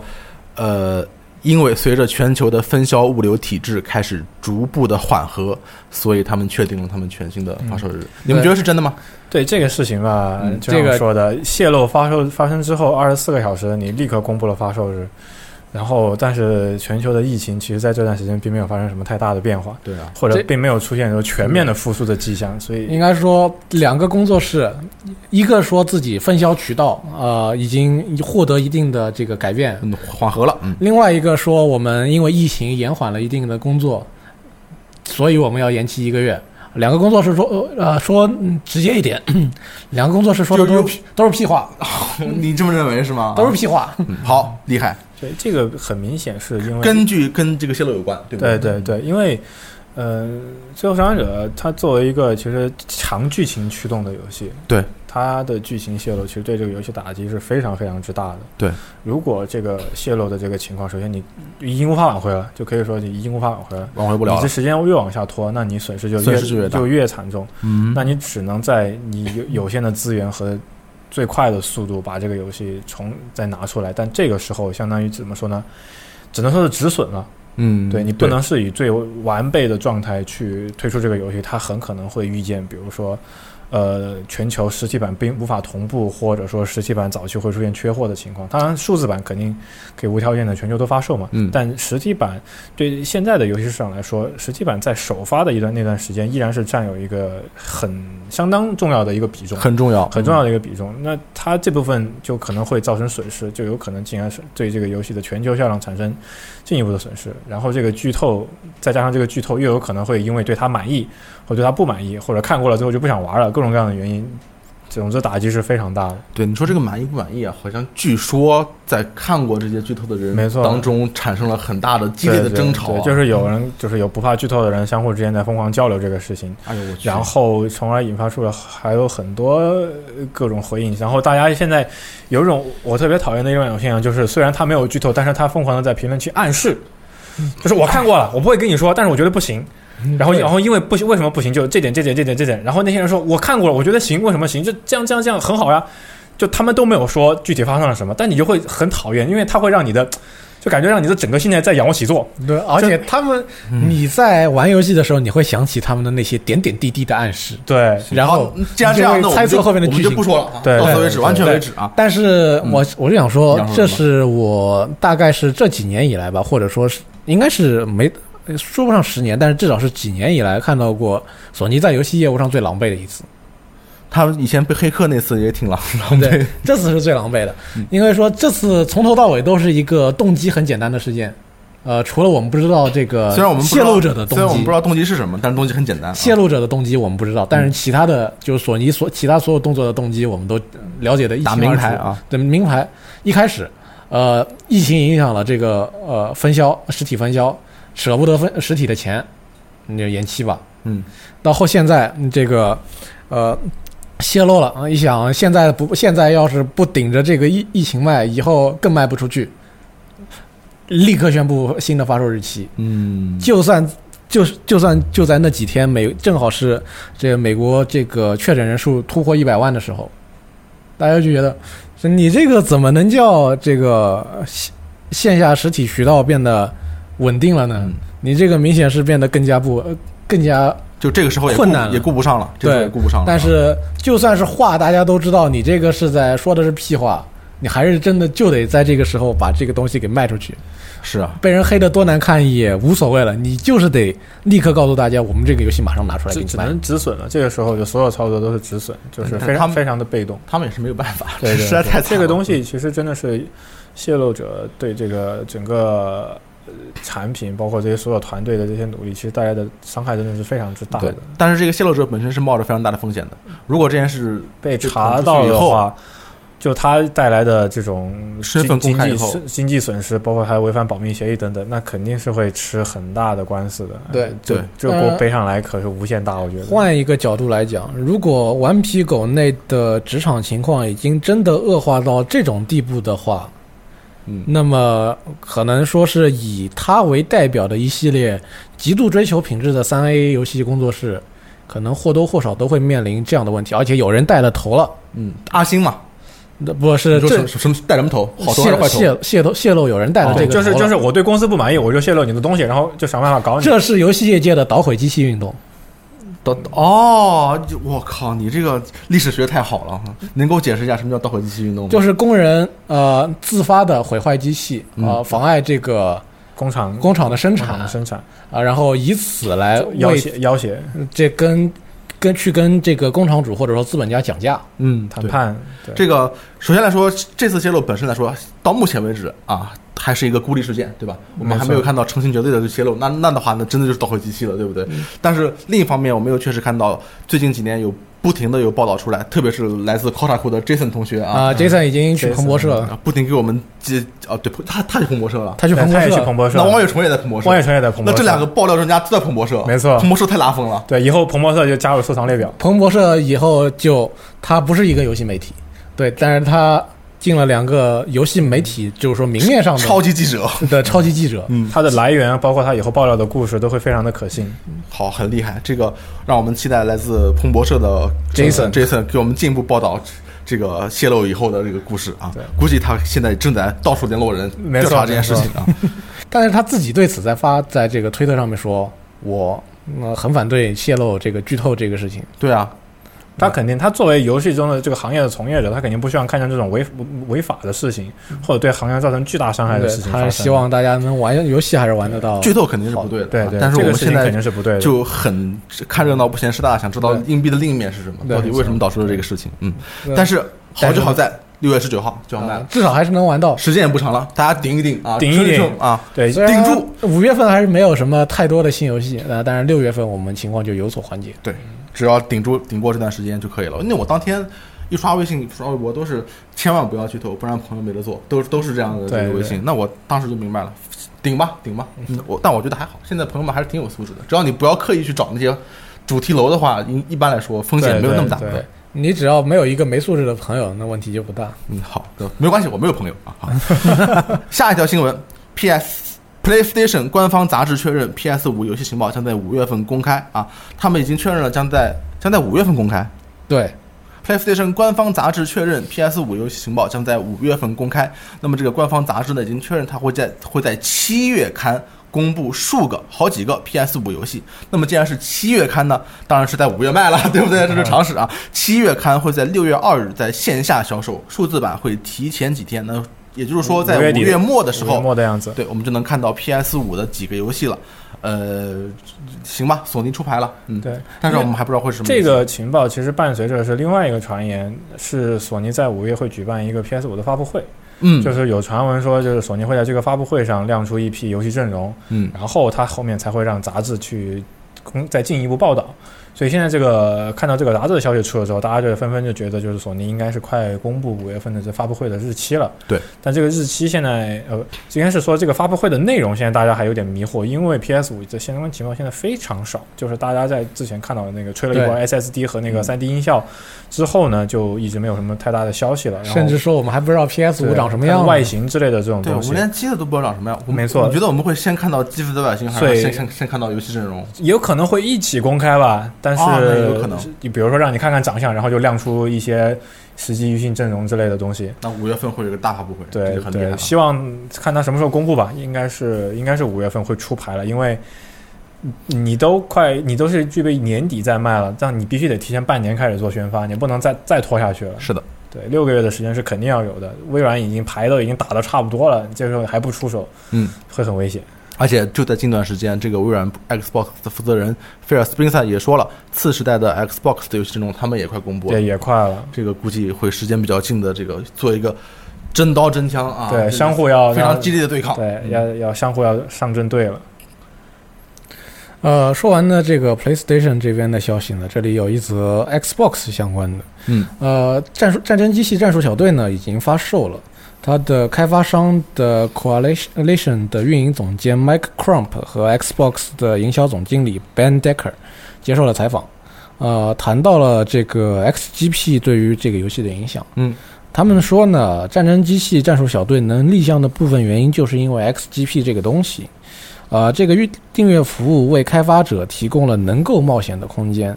B: 呃，因为随着全球的分销物流体制开始逐步的缓和，所以他们确定了他们全新的发售日。你们觉得是真的吗？
D: 对这个事情吧，
B: 嗯
D: 就像
C: 这个
D: 我说的，泄露发售发生之后二十四个小时，你立刻公布了发售日，然后但是全球的疫情其实在这段时间并没有发生什么太大的变化，
B: 对啊，
D: 或者
C: 这嗯
D: 并没有出现说全面的复苏的迹象，所以
C: 应该说两个工作室，一个说自己分销渠道，呃，已经获得一定的这个改变，
B: 嗯，缓和了，嗯，
C: 另外一个说，我们因为疫情延缓了一定的工作，所以我们要延期一个月。两个工作室说，呃呃，说嗯直接一点， 两个工作室说的
B: 就
C: 都是都是屁话，
B: 你这么认为是吗？
C: 都是屁话。
B: 嗯好厉害，
D: 对这个很明显是因为
B: 根据跟这个泄露有关，对不
D: 对对对，因为呃，《最后生还者》它作为一个其实强剧情驱动的游戏，
B: 对
D: 它的剧情泄露，其实对这个游戏打击是非常非常之大的。
B: 对，
D: 如果这个泄露的这个情况，首先你已经无法挽回了，就可以说你已经无法挽回了。
B: 挽回不
D: 你
B: 了
D: 这
B: 了。
D: 时间越往下拖，那你损失就越
B: 损失就越大
D: 就越惨重。
B: 嗯
D: 那你只能在你有有限的资源和最快的速度把这个游戏重再拿出来，但这个时候相当于怎么说呢？只能说是止损了。
B: 嗯，
D: 对你不能是以最完备的状态去推出这个游戏，它很可能会遇见，比如说，呃，全球实体版并无法同步，或者说实体版早期会出现缺货的情况。当然，数字版肯定可以无条件的全球都发售嘛。
B: 嗯
D: 但实体版对现在的游戏市场来说，实体版在首发的一段那段时间，依然是占有一个很相当重要的一个比重。
B: 很重要，嗯
D: 很重要的一个比重。那它这部分就可能会造成损失，就有可能进而是对这个游戏的全球销量产生进一步的损失。然后这个剧透，再加上这个剧透，又有可能会因为对它满意或对它不满意，或者看过了之后就不想玩了，各种各样的原因。总之，打击是非常大的。
B: 对，你说这个满意不满意啊？好像据说在看过这些剧透的人
D: 没错
B: 当中产生了很大的激烈的
D: 对对
B: 争吵啊、
D: 对就是有人，就是有不怕剧透的人，相互之间在疯狂交流这个事情。
B: 哎呦我去，
D: 然后从而引发出了还有很多呃各种回应。然后大家现在有一种我特别讨厌的一种现象，就是虽然他没有剧透，但是他疯狂的在评论区暗示，就是我看过了，我不会跟你说，但是我觉得不行。然后，
C: 对
D: 然后因为不行，为什么不行？就这点，这点，这点，这点。然后那些人说，我看过了，我觉得行，为什么行？就这样，这样，这样很好呀。就他们都没有说具体发生了什么，但你就会很讨厌，因为它会让你的，就感觉让你的整个心态在仰卧起坐。
C: 对，而且他们，你在玩游戏的时候，你会想起他们的那些点点滴滴的暗
B: 嗯
C: 示。
D: 对，
C: 然后
B: 好，既然这样，那
C: 你就
B: 我
C: 会
B: 们
C: 猜
B: 就
C: 测后面的
B: 我们
C: 剧
B: 就
C: 情
B: 不。说了啊，
D: 对
B: 到此
C: 对
B: 为止，
D: 对
B: 完全
D: 对
B: 为止啊。
C: 但是
B: 嗯
C: 我我就想
B: 你
C: 说
B: 想，说
C: 这是我大概是这几年以来吧，或者说是应该是没说不上十年，但是至少是几年以来看到过索尼在游戏业务上最狼狈的一次。
B: 他以前被黑客那次也挺狼狼狈
C: 对，这次是最狼狈的，
B: 嗯
C: 因为说这次从头到尾都是一个动机很简单的事件，呃，除了我们不知道这个
B: 虽然我们不知
C: 泄
B: 道
C: 露者的
B: 虽
C: 动
B: 然我们
C: 机
B: 不知，道动机是什么，但是动机很简单啊。
C: 泄露者的动机我们不知道，但是其他的就是索尼所其他所有动作的动机我们都了解的一
B: 打
C: 清
B: 名
C: 二
B: 牌
C: 楚。
B: 啊，
C: 对，名牌一开始，呃，疫情影响了这个呃分销实体分销，舍不得分实体的钱，你就延期吧。
B: 嗯，
C: 到后现在嗯这个呃泄露了啊，一想现在不现在要是不顶着这个疫疫情卖，以后更卖不出去，立刻宣布新的发售日期。
B: 嗯，
C: 就算就是就算就在那几天美正好是这个美国这个确诊人数突破一百万的时候，大家就觉得是你这个怎么能叫这个呃线线下实体渠道变得稳定了呢？
B: 嗯
C: 你这个明显是变得更加不呃更加，
B: 就这个时候也顾
C: 困难了
B: 也顾不上了，这个时候
C: 对
B: 也顾不上了。啊
C: 但是就算是话，大家都知道你这个是在说的是屁话。你还是真的就得在这个时候把这个东西给卖出去，
B: 是啊，
C: 被人黑的多难看也无所谓了，你就是得立刻告诉大家，我们这个游戏马上拿出来给
D: 只
C: 你
D: 只
C: 卖。
D: 能止损了。这个时候就所有操作都是止损，就是
B: 嗯
D: 非
B: 他
D: 常
B: 们
D: 非常的被动。
B: 他们也是没有办法，
D: 对对
B: 实在
D: 对
B: 太惨
D: 这个
B: 了嗯
D: 东西其实真的是泄露者对这个整个呃产品，包括这些所有团队的这些努力，其实带来的伤害真的是非常之大
B: 对
D: 的。，
B: 但是这个泄露者本身是冒着非常大的风险的。如果这件事
D: 被查到
B: 以
D: 的
B: 后
D: 话，就它带来的这种
B: 身份
D: 经
B: 公开
D: 经
B: 以
D: 济
B: 后
D: 损经济损失，包括还有违反保密协议等等，那肯定是会吃很大的官司的。
C: 对
D: 这
B: 对
D: 这锅
C: 呃
D: 背上来可是无限大，我觉得。
C: 换一个角度来讲，如果顽皮狗内的职场情况已经真的恶化到这种地步的话，
B: 嗯，
C: 那么可能说是以他为代表的一系列极度追求品质的三 A 游戏工作室，可能或多或少都会面临这样的问题，而且有人带了头了，
B: 嗯，阿星嘛，
C: 那不是
B: 你说
C: 这
B: 什什什么带什么头，好头还哦
C: 泄
B: 是坏头？
C: 泄泄露泄露有人带了
D: 对，
C: 这个头了，
D: 就是就是，我对公司不满意，我就泄露你的东西，然后就想办法哦搞你。嗯
C: 这是游戏业界的捣毁机器运动。
B: 倒哦，我靠，你这个历史学太好了哈！能给我解释一下什么叫倒回机器运动吗？
C: 就是是工人呃自发的毁坏机器，呃
B: 嗯
C: 妨碍这个
D: 工厂
C: 工厂的生产
D: 厂生产
C: 啊，然后以此来
D: 要
C: 为
D: 挟要挟
C: 这跟跟去跟这个工厂主或者说资本家讲价，
B: 嗯，
D: 谈
B: 对
D: 判，对
B: 这个首先来说，这次泄露本身来说，到目前为止啊，还是一个孤立事件，对吧？我们还没有看到成群结队的去泄露，那那的话，那真的就是倒回机器了，对不对？
D: 嗯
B: 但是另一方面，我们又确实看到最近几年有不停的有报道出来，特别是来自 Kotaku 的 Jason 同学啊，
C: 啊，Jason 已经去
D: 嗯 Jason，嗯
C: 彭博社了，
B: 啊不停给我们接啊，对，他他去彭博社了，
C: 他去
D: 对
C: 彭博
D: 他也去彭
C: 社，
D: 博社
B: 那，王伟崇也在彭博社，
D: 汪远成也在彭
B: 那
D: 博社。
B: 这两个爆料专家都在彭博社，
D: 没错
B: 彭博社太拉风了。
D: 对，以后彭博社就加入收藏列表。
C: 彭博社以后就他不是一个游戏媒体，对，但是他进了两个游戏媒体，就是说明面上
D: 嗯
C: 的
B: 超级记者，
C: 的超级记者，
B: 嗯，
D: 它的来源，啊包括它以后爆料的故事，都会非常的可信。
C: 嗯
B: 好，很厉害。这个让我们期待来自彭博社的
C: Jason
B: Jason 给我们进一步报道这个泄露以后的这个故事啊
D: 对。
B: 估计他现在正在到处联络人
D: 没
B: 调
D: 错
B: 查这件事
D: 没错
B: 情啊。
C: 但是他自己对此在发在这个推特上面说，我呃很反对泄露这个剧透这个事情。
B: 对啊，
D: 他肯定，他作为游戏中的这个行业的从业者，他肯定不希望看见这种违违法的事情，或者对行业造成巨大伤害的
C: 嗯对
D: 事情发
C: 他
D: 生。
C: 是希望大家能玩游戏还是玩得到。
B: 剧透肯定是不对的啊，
D: 对对，
B: 但是
D: 这
B: 我
D: 个
B: 们
D: 事
B: 现
D: 情肯定
B: 在
D: 是不对的。
B: 就很看热闹不嫌事大，想知道
C: 对
B: 硬币的另一面是什么，
C: 对
B: 到底
C: 没
B: 为什么导致了这个事情？嗯，
C: 对
B: 但是好
C: 但是
B: 就好在六月十九号就要卖
C: 啊
B: 了，
C: 至少还是能玩到。
B: 时间也不长了，大家顶一顶啊，
D: 顶一顶
B: 撑撑啊。
D: 对，
C: 虽
B: 顶
C: 然
B: 住
C: 五月份还是没有什么太多的新游戏，那当然六月份我们情况就有所缓解。
B: 对，只要顶住顶过这段时间就可以了。那我当天一刷微信、刷微博都是千万不要剧透，不然朋友没得做，都都是这样的
D: 对
B: 这个微信。那我当时就明白了，顶吧，顶吧。嗯我但我觉得还好，现在朋友们还是挺有素质的，只要你不要刻意去找那些主题楼的话，一一般来说风险没有那么大。
D: 对
C: 对你只要没有一个没素质的朋友，那问题就不大。
B: 嗯，好的，没有关系，我没有朋友啊。好 下一条新闻，PS。PlayStation 官方杂志确认，PS 五游戏情报将在五月份公开啊！他们已经确认了将在将在五月份公开，
C: 对，
B: PlayStation 官方杂志确认，PS 五游戏情报将在五月份公开。那么这个官方杂志呢，已经确认它会在会在七月刊公布数个、好几个 PS 五游戏。那么既然是七月刊呢，当然是在五月卖了， 对不对？这
D: 嗯
B: 是常识啊。七月刊会在六月二日在线下销售，数字版会提前几天。那也就是说，在
D: 五
B: 五
D: 月底
B: 月末的时
D: 五月
B: 候，
D: 末的样子。
B: 对，我们就能看到 PS 五的几个游戏了。呃，行吧，索尼出牌了，嗯，
D: 对，
B: 但是我们还不知道会是什么游
D: 这
B: 戏。
D: 个情报其实伴随着是另外一个传言，是索尼在五月会举办一个 PS 五的发布会，
B: 嗯，
D: 就是是有传闻说，就是索尼会在这个发布会上亮出一批游戏阵容，
B: 嗯，
D: 然后它后面才会让杂志去公再进一步报道。所以现在这个看到这个杂志的消息出了之后，大家就纷纷就觉得，就是索尼应该是快公布五月份的这发布会的日期了。
B: 对，
D: 但这个日期现在呃，应该是说这个发布会的内容现在大家还有点迷惑，因为 PS 五的相关情报现在非常少，就是大家在之前看到的那个吹了一波 SSD 和那个
B: 嗯
D: 3D 音效之后呢，就一直没有什么太大的消息了。然后
C: 甚至说我们还不知道 PS 五
D: 对
C: 长什么
D: 它
C: 样
D: 的
C: 呢
D: 外形之类的这种
B: 对，我
D: 东西
B: 们，连机子都不知道长什么样。我们
D: 没错
B: 你觉得我们会先看到机子的外形，还
D: 所
B: 是
D: 以
B: 先先先看到游戏阵容？
D: 有可能会一起公开吧，但是、
B: 啊那有可能
D: 你比如说让你看看长相，然后就亮出一些实际预性阵容之类的东西。
B: 那五月份会有一个大发布会，这
D: 对
B: 就很厉害
D: 对，
B: 了。
D: 希望看他什么时候公布吧，应该是应该是五月份会出牌了，因为你都快你都是具备年底再卖了，但你必须得提前半年开始做宣发，你不能再再拖下去了。
B: 是的，
D: 对，六个月的时间是肯定要有的。微软已经牌都已经打得差不多了，这时候还不出手，
B: 嗯，
D: 会很危险。
B: 而且就在近段时间，这个微软 Xbox 的负责人菲尔·斯宾塞也说了，次时代的 Xbox 的游戏阵容他们也快公布了
D: 对，。也快了。
B: 这个估计会时间比较近的，这个做一个真刀真枪啊，
D: 对，
B: 这个
D: 相互要
B: 非常
D: 让嗯
B: 激烈的对抗。
D: 对，要要相互要上阵队了。
C: 呃，说完呢这个 PlayStation 这边的消息呢，这里有一则 Xbox 相关的，
B: 嗯，
C: 呃，战术战争机器战术小队呢已经发售了，它的开发商的 Coalition 的运营总监 Mike Crump 和 Xbox 的营销总经理 Ben Decker 接受了采访，呃，谈到了这个 XGP 对于这个游戏的影响。
B: 嗯，
C: 他们说呢，战争机器战术小队能立项的部分原因就是因为 XGP 这个东西。呃，这个预订阅服务为开发者提供了能够冒险的空间，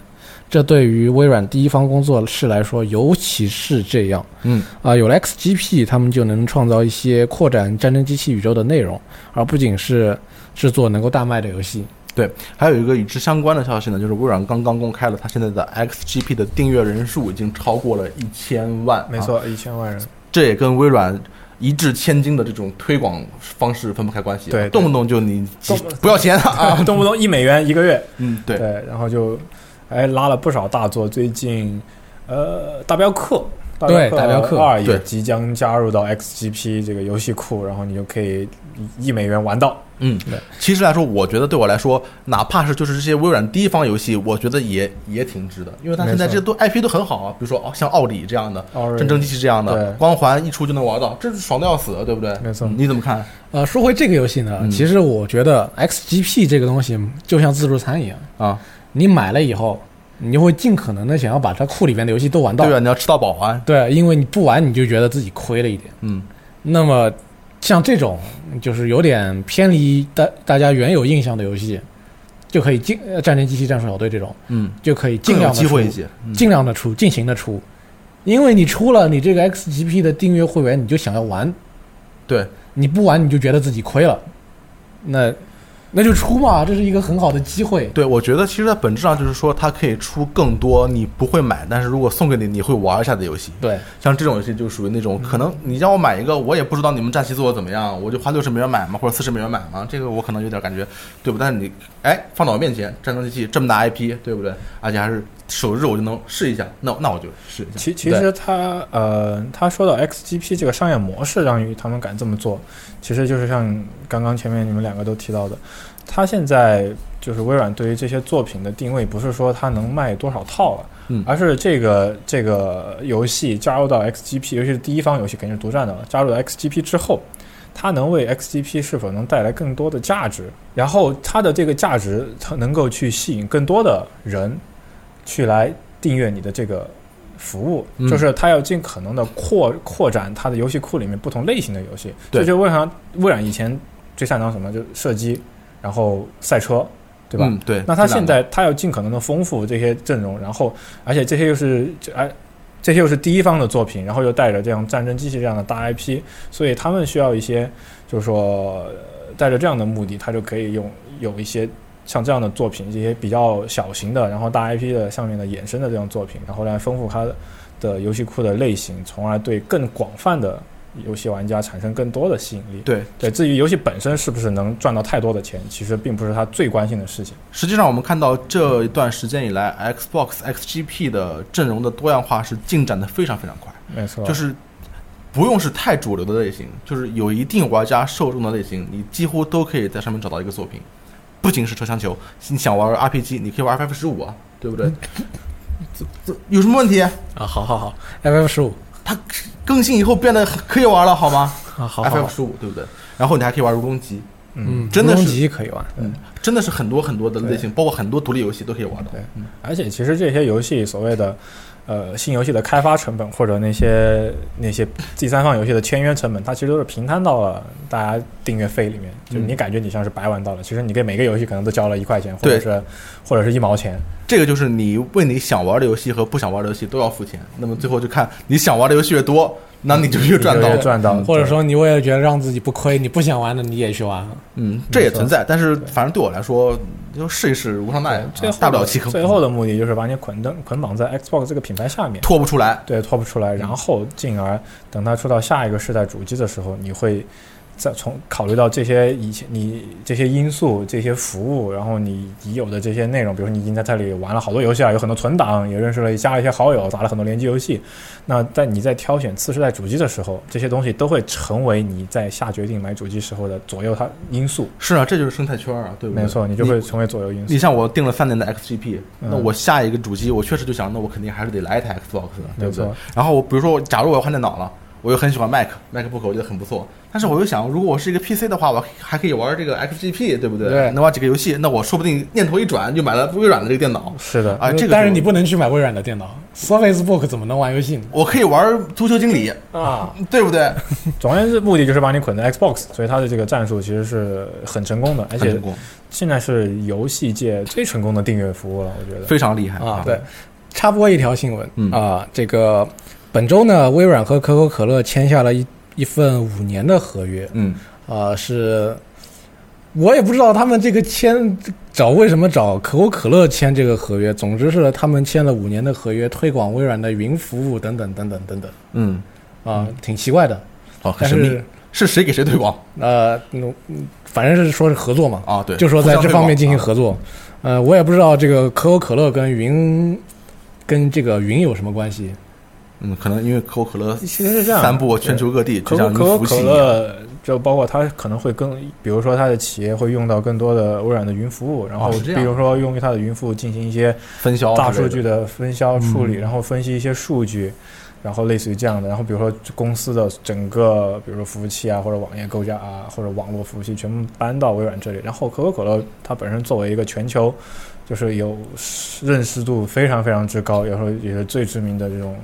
C: 这对于微软第一方工作室来说，尤其是这样。
B: 嗯
C: 啊、有了 XGP，他们就能创造一些扩展战争机器宇宙的内容，而不仅是制作能够大卖的游戏。
B: 还有一个与之相关的消息呢，就是微软刚刚公开了它现在的 XGP 的订阅人数已经超过了一千万、啊
D: 没，错，一千万人，
B: 这也跟微软。一掷千金的这种推广方式分不开关系啊，
D: 对对
B: 动不动就你几
D: 动不
B: 不要钱 啊，
D: 动不动一美元一个月，
B: 嗯，对，
D: 对，然后就哎拉了不少大作，最近呃大镖客。
C: 对大镖客
D: 二
B: 对
D: 也即将加入到 XGP 这个游戏库，然后你就可以一一美元玩到。
B: 嗯
D: 对，
B: 其实来说，我觉得对我来说，哪怕是就是这些微软第一方游戏，我觉得也也挺值的，因为它现在
D: 没
B: 这
D: 错
B: 些都 IP 都很好啊，比如说哦，像奥里这样的，
D: Ori
B: 战争机器这样的，
D: 对
B: 光环一出就能玩到，这是爽的要死，对不对？
D: 没错
B: 嗯你怎么看？
C: 呃，说回这个游戏呢，
B: 嗯
C: 其实我觉得 XGP 这个东西就像自助餐一样，
B: 啊，
C: 你买了以后，你会尽可能的想要把它库里边的游戏都
D: 嗯
C: 玩到
B: 对。啊，你要吃到饱啊，
C: 对，因为你不玩你就觉得自己亏了一点。
B: 嗯，
C: 那么像这种就是有点偏离大大家原有印象的游戏，就可以尽呃战争机器、战术小队这种
B: 嗯，
C: 就可以尽
B: 更有
C: 量的
B: 机会一些，嗯
C: 尽量的出，尽情的出，因为你出了你这个 XGP 的订阅会员，你就想要玩，
B: 对，
C: 你不玩你就觉得自己亏了，那那就出嘛，这是一个很好的机会。
B: 对，我觉得其实在本质上就是说，它可以出更多你不会买，但是如果送给你，你会玩一下的游戏。
C: 对，
B: 像这种游戏就属于那种，
D: 嗯
B: 可能你让我买一个，我也不知道你们战旗做的怎么样，我就花六十美元买嘛，或者四十美元买嘛，这个我可能有点感觉，对不？但是你，哎，放到我面前，战争机器这么大 IP，对不对？而且还是首日我就能试一下，那那我就试一下。
D: 其其实他呃，他说到 XGP 这个商业模式，让于他们敢这么做，其实就是像刚刚前面你们两个都提到的，他现在就是微软对于这些作品的定位，不是说它能卖多少套了，
B: 嗯
D: 而是这个这个游戏加入到 XGP，尤其是第一方游戏肯定是独占的了，加入到 XGP 之后。它能为 XGP 是否能带来更多的价值，然后它的这个价值，它能够去吸引更多的人去来订阅你的这个服务，
B: 嗯
D: 就是它要尽可能的扩扩展它的游戏库里面不同类型的游戏。
B: 对
D: 这就是为啥微软以前最擅长什么，就是射击，然后赛车，对吧？
B: 嗯，对。
D: 那他
B: 这两
D: 现
B: 个
D: 在他要尽可能的丰富这些阵容，然后而且这些又是哎，这些又是第一方的作品，然后又带着这样战争机器这样的大 IP，所以他们需要一些就是说呃带着这样的目的，他就可以用有一些像这样的作品，一些比较小型的，然后大 IP 的上面的衍生的这种作品，然后来丰富它的的游戏库的类型，从而对更广泛的游戏玩家产生更多的吸引力。
B: 对，
D: 对，至于游戏本身是不是能赚到太多的钱，其实并不是他最关心的事情。
B: 实际上我们看到这一段时间以来，Xbox XGP 的阵容的多样化是进展的非常非常快。
D: 没
C: 啊
D: 错，
B: 就是不用是太主流的类型，就是有一定玩家受众的类型，你几乎都可以在上面找到一个作品。不仅是车厢球，你想玩 RPG，你可以玩 FF 十五啊，对 不对？这这有什么问题？
C: 啊，好好好，FF 十五
B: 它更新以后变得可以玩了，好吗
C: 啊，好好
B: ？FF
C: 好，
B: 十五对不对？然后你还可以玩如龙级，
C: 嗯，
B: 真的
C: 乌龙
B: 是
C: 级可以玩，
B: 嗯，真的是很多很多的类型，包括很多独立游戏都可以玩的。
D: 而且其实这些游戏所谓的呃新游戏的开发成本或者那些那些第三方游戏的签约成本，它其实都是平摊到了大家订阅费里面。
B: 嗯
D: 就是你感觉你像是白玩到了，其实你给每个游戏可能都交了一块钱，或者
B: 对
D: 是或者是一毛钱。
B: 这个就是你为你想玩的游戏和不想玩的游戏都要付钱，那么最后就看你想玩的游戏越多，那你就越赚到
D: 你
B: 了
D: 就。赚到了，
C: 或者说你为了觉得让自己不亏，你不想玩的你也去玩。
B: 嗯，这也存在，但是反正对我来说，就试一试无伤大雅，
D: 最
B: 啊
D: 后
B: 大不了弃坑，
D: 最后的目的就是把你捆登捆绑在 Xbox 这个品牌下 面。
B: 拖不出来。嗯
D: 对，拖不出来，然后进而等它出到下一个世代主机的时候，你会再从考虑到这些以前你这些因素、这些服务，然后你已有的这些内容，比如说你已经在这里玩了好多游戏了，有很多存档，也认识了加了一些好友，打了很多联机游戏。那在你在挑选次世代主机的时候，这些东西都会成为你在下决定买主机时候的左右它因素。
B: 是啊，这就是生态圈啊，对不对？
D: 没错，你就会成为左右因素
B: 你。像我订了三年的 XGP，、
D: 嗯
B: 那我下一个主机，我确实就想，那我肯定还是得来一台 Xbox，对不对
D: 没错？
B: 然后我比如说，假如我要换电脑了，我又很喜欢 Mac MacBook，我觉得很不错。但是我又想，如果我是一个 PC 的话，我还可以玩这个 XGP，对不对？
C: 对
B: 能玩几个游戏，那我说不定念头一转就买了微软的这个电脑。
D: 嗯是的，
B: 啊，这个
C: 呃但是
B: 就
C: 你不能去买微软的电脑，Surface Book 怎么能玩游戏呢？
B: 我可以玩足球经理，
C: 啊，
B: 对不对？
D: 总而言之，目的就是把你捆在 Xbox，所以它的这个战术其实是很成功的，而
B: 很
D: 且
B: 成功
D: 现在是游戏界最成功的订阅服务了，我觉得。
B: 非常厉害
C: 啊，对，插播一条新闻啊、
B: 嗯
C: 这个本周呢，微软和可口可乐签下了一一份五年的合约，
B: 嗯，
C: 啊、是我也不知道他们这个签找为什么找可口可乐签这个合约，总之是他们签了五年的合约，推广微软的云服务等等等等等等
B: 嗯，
C: 啊、挺奇怪的，
B: 哦，很
C: 但
B: 神秘
C: 是。
B: 是谁给谁推广
C: 呃，嗯嗯反正是说是合作嘛，
B: 啊？对，
C: 就说在
B: 互相
C: 这
B: 推
C: 方
B: 广
C: 面进行
B: 啊
C: 合作。呃，我也不知道这个可口可乐跟云跟这个云有什么关系。
B: 嗯，可能因为可口可乐
D: 其实是这样，
B: 散布全球各地，
D: 可
B: 就
D: 口
B: 像
D: 可口
B: 服务
D: 可
B: 器一样。
D: 乐，就包括它可能会更，比如说它的企业会用到更多的微软的云服务，然后
B: 哦是这
D: 比
B: 样
D: 如说用于它的云服务进行一些
B: 分销
D: 大
B: 之类的
D: 数
B: 嗯
D: 据的分销处理，然后分析一些数据，然后类似于这样的，然后比如说公司的整个，比如说服务器啊，或者网页构架啊，或者网络服务器全部搬到微软这里。然后可口可乐它本身作为一个全球就是有认识度非常非常之高，有时候也是最知名的这种。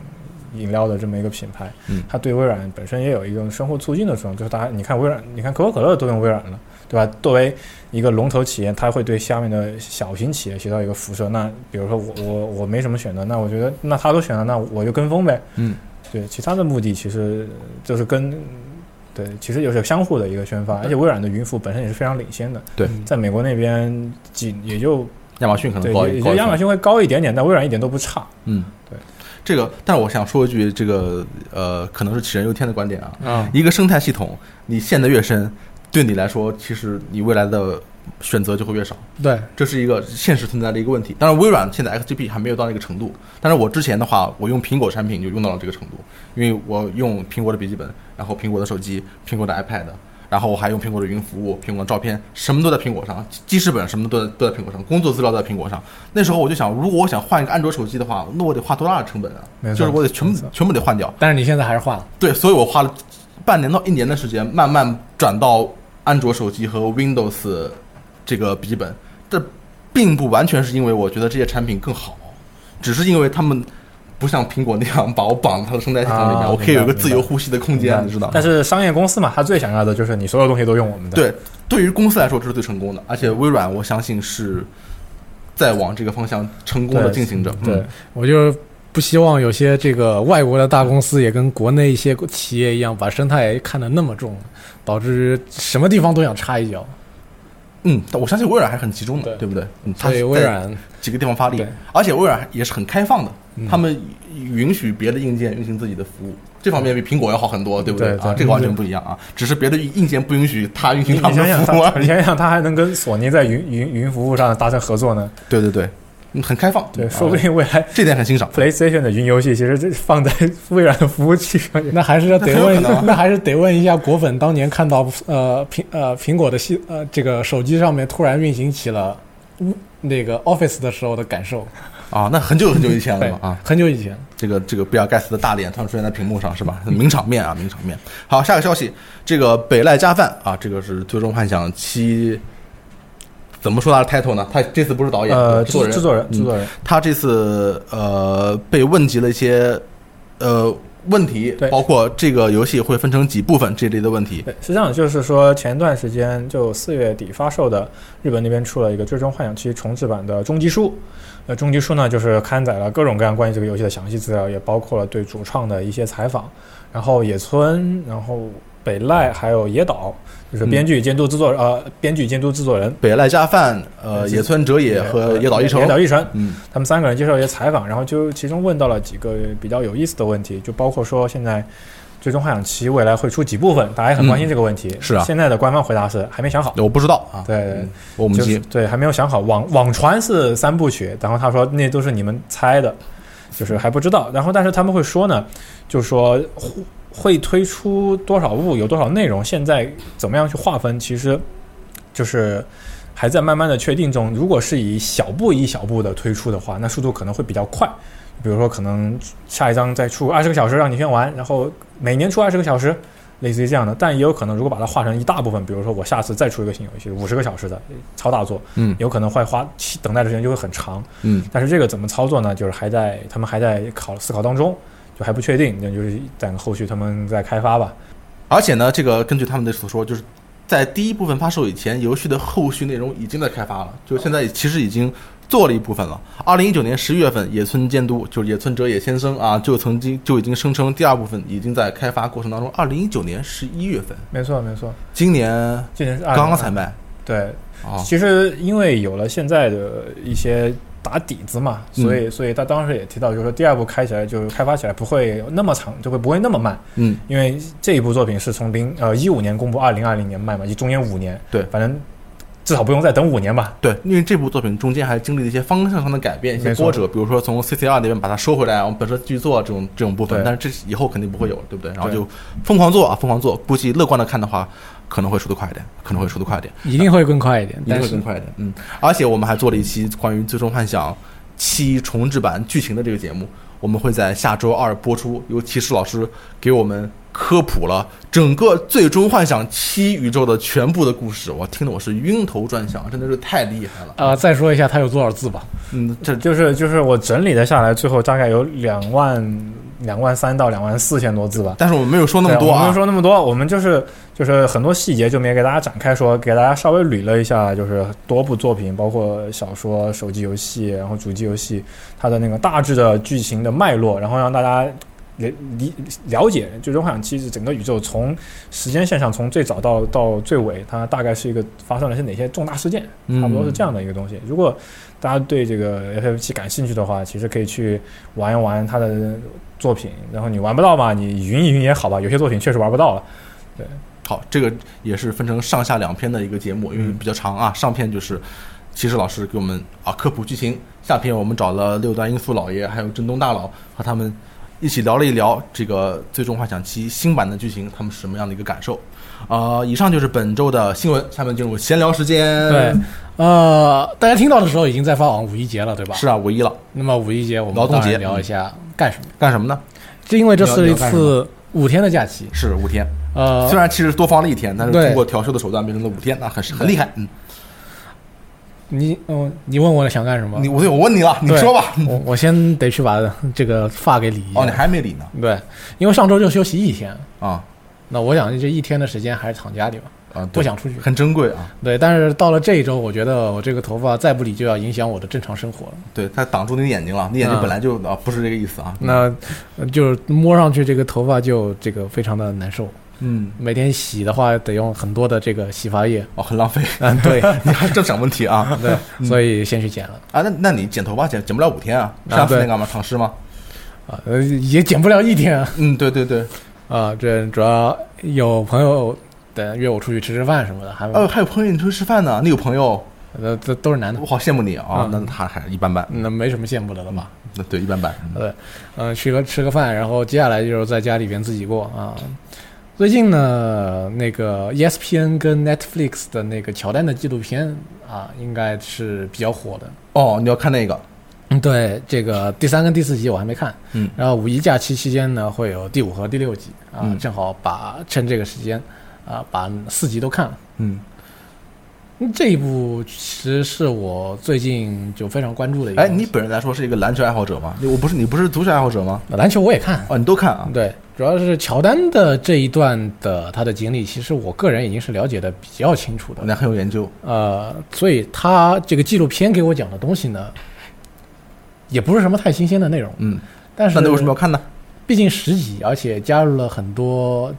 D: 饮料的这么一个品牌，
B: 嗯
D: 它对微软本身也有一种相互促进的作用，就是大家你看微软，你看可口可乐都用微软了，对吧？作为一个龙头企业，它会对下面的小型企业起到一个辐射。那比如说我我我没什么选择，那我觉得那他都选了，那我就跟风呗。
B: 嗯，
D: 对，其他的目的其实就是跟对，其实有是相互的一个宣发，而且微软的云服务本身也是非常领先的，
B: 对
D: 在美国那边仅也就
B: 亚马逊可能
D: 对，
B: 高
D: 也
B: 一
D: 也
B: 高
D: 就
B: 一
D: 亚马
B: 分
D: 逊会高一点点，但微软一点都不差。
B: 嗯，
D: 对。
B: 这个，但是我想说一句，这个呃，可能是杞人忧天的观点啊。
C: 啊，
B: 一个生态系统，你陷得越深，对你来说，其实你未来的选择就会越少，
C: 对，
B: 这是一个现实存在的一个问题。当然，微软现在 XGP 还没有到那个程度，但是我之前的话，我用苹果产品就用到了这个程度，因为我用苹果的笔记本，然后苹果的手机，苹果的 iPad。然后我还用苹果的云服务、苹果的照片，什么都在苹果上，记记事本什么都在都在苹果上，工作资料都在苹果上。那时候我就想，如果我想换一个安卓手机的话，那我得花多大的成本啊
D: 没？错
B: 就是我得全
D: 没
B: 部
D: 错
B: 全部得换掉。
C: 但是你现在还是换了，
B: 对，所以我花了半年到一年的时间，慢慢转到安卓手机和 Windows 这个笔记本。这并不完全是因为我觉得这些产品更好，只是因为他们不像苹果那样把我绑到它的生态系统里面，
D: 啊
B: 我可以有一个
D: 明白
B: 自由呼吸的空间，你知道吗
D: 但？是商业公司嘛，它最想要的就是你所有东西都用我们的。
B: 对，对于公司来说这是最成功的，而且微软我相信是在往这个方向成功的
D: 对
B: 进行着。
D: 对
B: 嗯，
C: 我就是不希望有些这个外国的大公司也跟国内一些企业一样，把生态看得那么重，导致什么地方都想插一脚。
B: 嗯，但我相信微软还是很集中的，
C: 对
B: 对不对？嗯，它
C: 所以微
B: 在
C: 软
B: 几个地方发力
C: 对，
B: 而且微软也是很开放的，
C: 嗯
B: 他们允许别的硬件运行自己的服务，这方面比苹果要好很多，对不
D: 对
B: 啊，
D: 对
B: 这个完全不一样啊，只是别的硬件不允许它运
D: 你
B: 行
D: 你
B: 他们
D: 想想
B: 的服务啊
D: 它，
B: 而
D: 你
B: 已。
D: 想想它还能跟索尼在云云云服务上达成合作呢？
B: 对对对，嗯很开放，
D: 对，
B: 啊
D: 说不定未来
B: 这点很欣赏。
D: PlayStation 的云游戏其实这放在微软的服务器上也
C: 那还是要得问
B: 那很有可能啊，
C: 那还是得问一下果粉，当年看到呃苹呃苹果的系呃这个手机上面突然运行起了嗯那个 Office 的时候的感受。
B: 啊，那很久很久以前了嘛啊，
C: 很久以前，
B: 这个这个比尔盖茨的大脸突然出现在屏幕上是吧？ 名场面啊，名场面。好，下个消息，这个北濑加饭啊，这个是《最终幻想七》，怎么说他的 title 呢？他这次不是导演，
D: 呃
B: 制作人，
D: 制作人
B: 嗯
D: 制作人
B: 他这次呃被问及了一些呃问题
D: 对，
B: 包括这个游戏会分成几部分这一类的问题。
D: 对，是这样的，就是说前段时间就四月底发售的日本那边出了一个《最终幻想七》重置版的终极书，呃，终极书呢就是刊载了各种各样关于这个游戏的详细资料，也包括了对主创的一些采访，然后野村，然后北濑还有野岛，就是编剧监督制作、呃编剧监督制作人
B: 北濑加饭、呃野村哲也和野岛一成
D: 野，岛一成，
B: 嗯
D: 他们三个人接受一些采访，然后就其中问到了几个比较有意思的问题，就包括说现在最终幻想七未来会出几部分？大家也很关心这个问题。
B: 是啊
D: 现在的官方回答是还没想好。
B: 我不知道啊，
D: 对对，
B: 我们
D: 就是
B: 急。
D: 对，还没有想好。网网传是三部曲，然后他说那都是你们猜的，就是还不知道。然后但是他们会说呢，就说会会推出多少部，有多少内容，现在怎么样去划分，其实就是还在慢慢的确定中。如果是以小步一小步的推出的话，那速度可能会比较快。比如说，可能下一章再出二十个小时让你先玩，然后每年出二十个小时，类似于这样的。但也有可能，如果把它划成一大部分，比如说我下次再出一个新游戏，五十个小时的超大作，
B: 嗯
D: 有可能会花期等待的时间就会很长。
B: 嗯，
D: 但是这个怎么操作呢？就是还在他们还在考思考当中，就还不确定，那就是等后续他们再开发吧。
B: 而且呢，这个根据他们的所说，就是在第一部分发售以前，游戏的后续内容已经在开发了，就现在其实已经做了一部分了。二零一九年十一月份，野村监督就是野村哲也先生啊，就曾经就已经声称第二部分已经在开发过程当中。二零一九年十一月份，
D: 没错，没错，
B: 今年
D: 今年是20
B: 刚刚才卖
D: 啊对。
B: 啊，
D: 其实因为有了现在的一些打底子嘛，
B: 嗯
D: 所以所以他当时也提到，就是说第二部开起来就是开发起来不会那么长，就会不会那么慢。
B: 嗯，
D: 因为这一部作品是从零呃一五年公布，二零二零年卖嘛，就中间五年，
B: 对
D: 反正至少不用再等五年吧。
B: 对，因为这部作品中间还经历了一些方向上的改变，一些
D: 没错
B: 波折，比如说从 CCR 那边把它收回来，我们本身继续做这种这种部分，
D: 对
B: 但是这以后肯定不会有了，对不对？然后
D: 对
B: 就疯狂做啊，疯狂做，估计乐观的看的话，可能会出得快一点，可能会出得快一点，
C: 一定会更快一点，
B: 一定
C: 但
B: 会
C: 是
B: 更快一点，嗯。而且我们还做了一期关于《最终幻想七重置版》剧情的这个节目，我们会在下周二播出，由骑士老师给我们。科普了整个《最终幻想七》宇宙的全部的故事，我听得我是晕头转向，真的是太厉害
D: 呃
B: 了。
C: 啊、再说一下它有多少字吧。
B: 嗯，这
D: 就是就是我整理了下来，最后大概有两万两万三到两万四千多字吧。
B: 但是我们没有说那么
D: 对
B: 多
D: 我们没
B: 啊
D: 有。说那么多，我们就是就是很多细节就没给大家展开说，给大家稍微捋了一下，就是多部作品，包括小说、手机游戏，然后主机游戏，它的那个大致的剧情的脉络，然后让大家了理了解《最终幻想七》是整个宇宙从时间线上从最早到到最尾，它大概是一个发生了些哪些重大事件，
B: 嗯
D: 差不多是这样的一个东西。如果大家对这个 FF 七感兴趣的话，其实可以去玩一玩它的作品，然后你玩不到嘛，你云一云也好吧，有些作品确实玩不到了。
B: 好，这个也是分成上下两篇的一个节目，
C: 嗯
B: 因为比较长啊。上篇就是骑士老师给我们啊科普剧情，下篇我们找了六段音素老爷还有振东大佬和他们一起聊了一聊这个《最终幻想七》新版的剧情，他们是什么样的一个感受。啊、以上就是本周的新闻，下面进入闲聊时间。
C: 对，，呃，大家听到的时候已经在放网五一节了，对吧？
B: 是。啊，五一了，
C: 那么五一节我
B: 劳
C: 们
B: 动
C: 当
B: 节嗯
C: 然聊一下干什么，
B: 干什么呢？
C: 就因为这
B: 你要
C: 是一
B: 你要干什么
C: 次五天的假期，
B: 是五天，
C: 呃
B: 虽，然其实多放了一天，但是
C: 对
B: 通过调休的手段变成了五天，那很很厉害。嗯，
C: 你嗯，你问我想干什么？
B: 嗯你我对我问你了，你
C: 对
B: 说 吧。
C: 我我先得去把这个发给理一下。
B: 哦，你还没理呢
C: 对，因为上周就休息一天，
B: 啊
C: 那我想这一天的时间还是躺家里吧，
B: 啊！
C: 不
B: 对
C: 想出去。
B: 很珍贵啊，
C: 对，但是到了这一周，我觉得我这个头发再不理就要影响我的正常生活了。
B: 对，它挡住你的眼睛了，你眼睛
C: 嗯
B: 本来就啊不是这个意思啊。
C: 那呃就是摸上去这个头发就这个非常的难受，
B: 嗯，
C: 每天洗的话得用很多的这个洗发液。
B: 哦，很浪费，
C: 嗯，对
B: 你还正想问题啊
C: 对，所以先去剪了
B: 啊！那那你剪头发剪剪不了五天啊？
C: 啊
B: 上次
C: 对
B: 那个嘛，躺尸吗？
C: 啊，呃也剪不了一天啊
B: 嗯，对对对。
C: 啊。这主要有朋友的约我出去吃吃饭什么的，还
B: 哦，还有朋友你出去吃饭呢，那个朋友
C: 呃这都是男的
B: 我，好羡慕你啊
C: 嗯！
B: 那他还一般般，
C: 那没什么羡慕的了吧？
B: 那对一般般。嗯
C: 对，嗯，去了吃个饭，然后接下来就是在家里边自己过啊。最近呢，那个 E ESPN 跟 Netflix 的那个乔丹的纪录片啊，应该是比较火的。
B: 哦，你要看那个，
C: 嗯，对，这个第三跟第四集我还没看，
B: 嗯
C: 然后五一假期期间呢，会有第五和第六集啊，
B: 嗯
C: 正好把趁这个时间啊，把四集都看了。
B: 嗯，
C: 嗯这一部其实是我最近就非常关注的一个
B: 哎，
C: 东西。
B: 你本人来说是一个篮球爱好者吗？你我不是你不是足球爱好者吗？
C: 篮球我也看，
B: 哦，你都看啊？
C: 对，主要是乔丹的这一段的他的经历，其实我个人已经是了解的比较清楚的。
B: 那很有研究。
C: 呃，所以他这个纪录片给我讲的东西呢，也不是什么太新鲜的内容，
B: 嗯，
C: 但是
B: 那你为什么要看呢？
C: 毕竟十集，而且加入了很多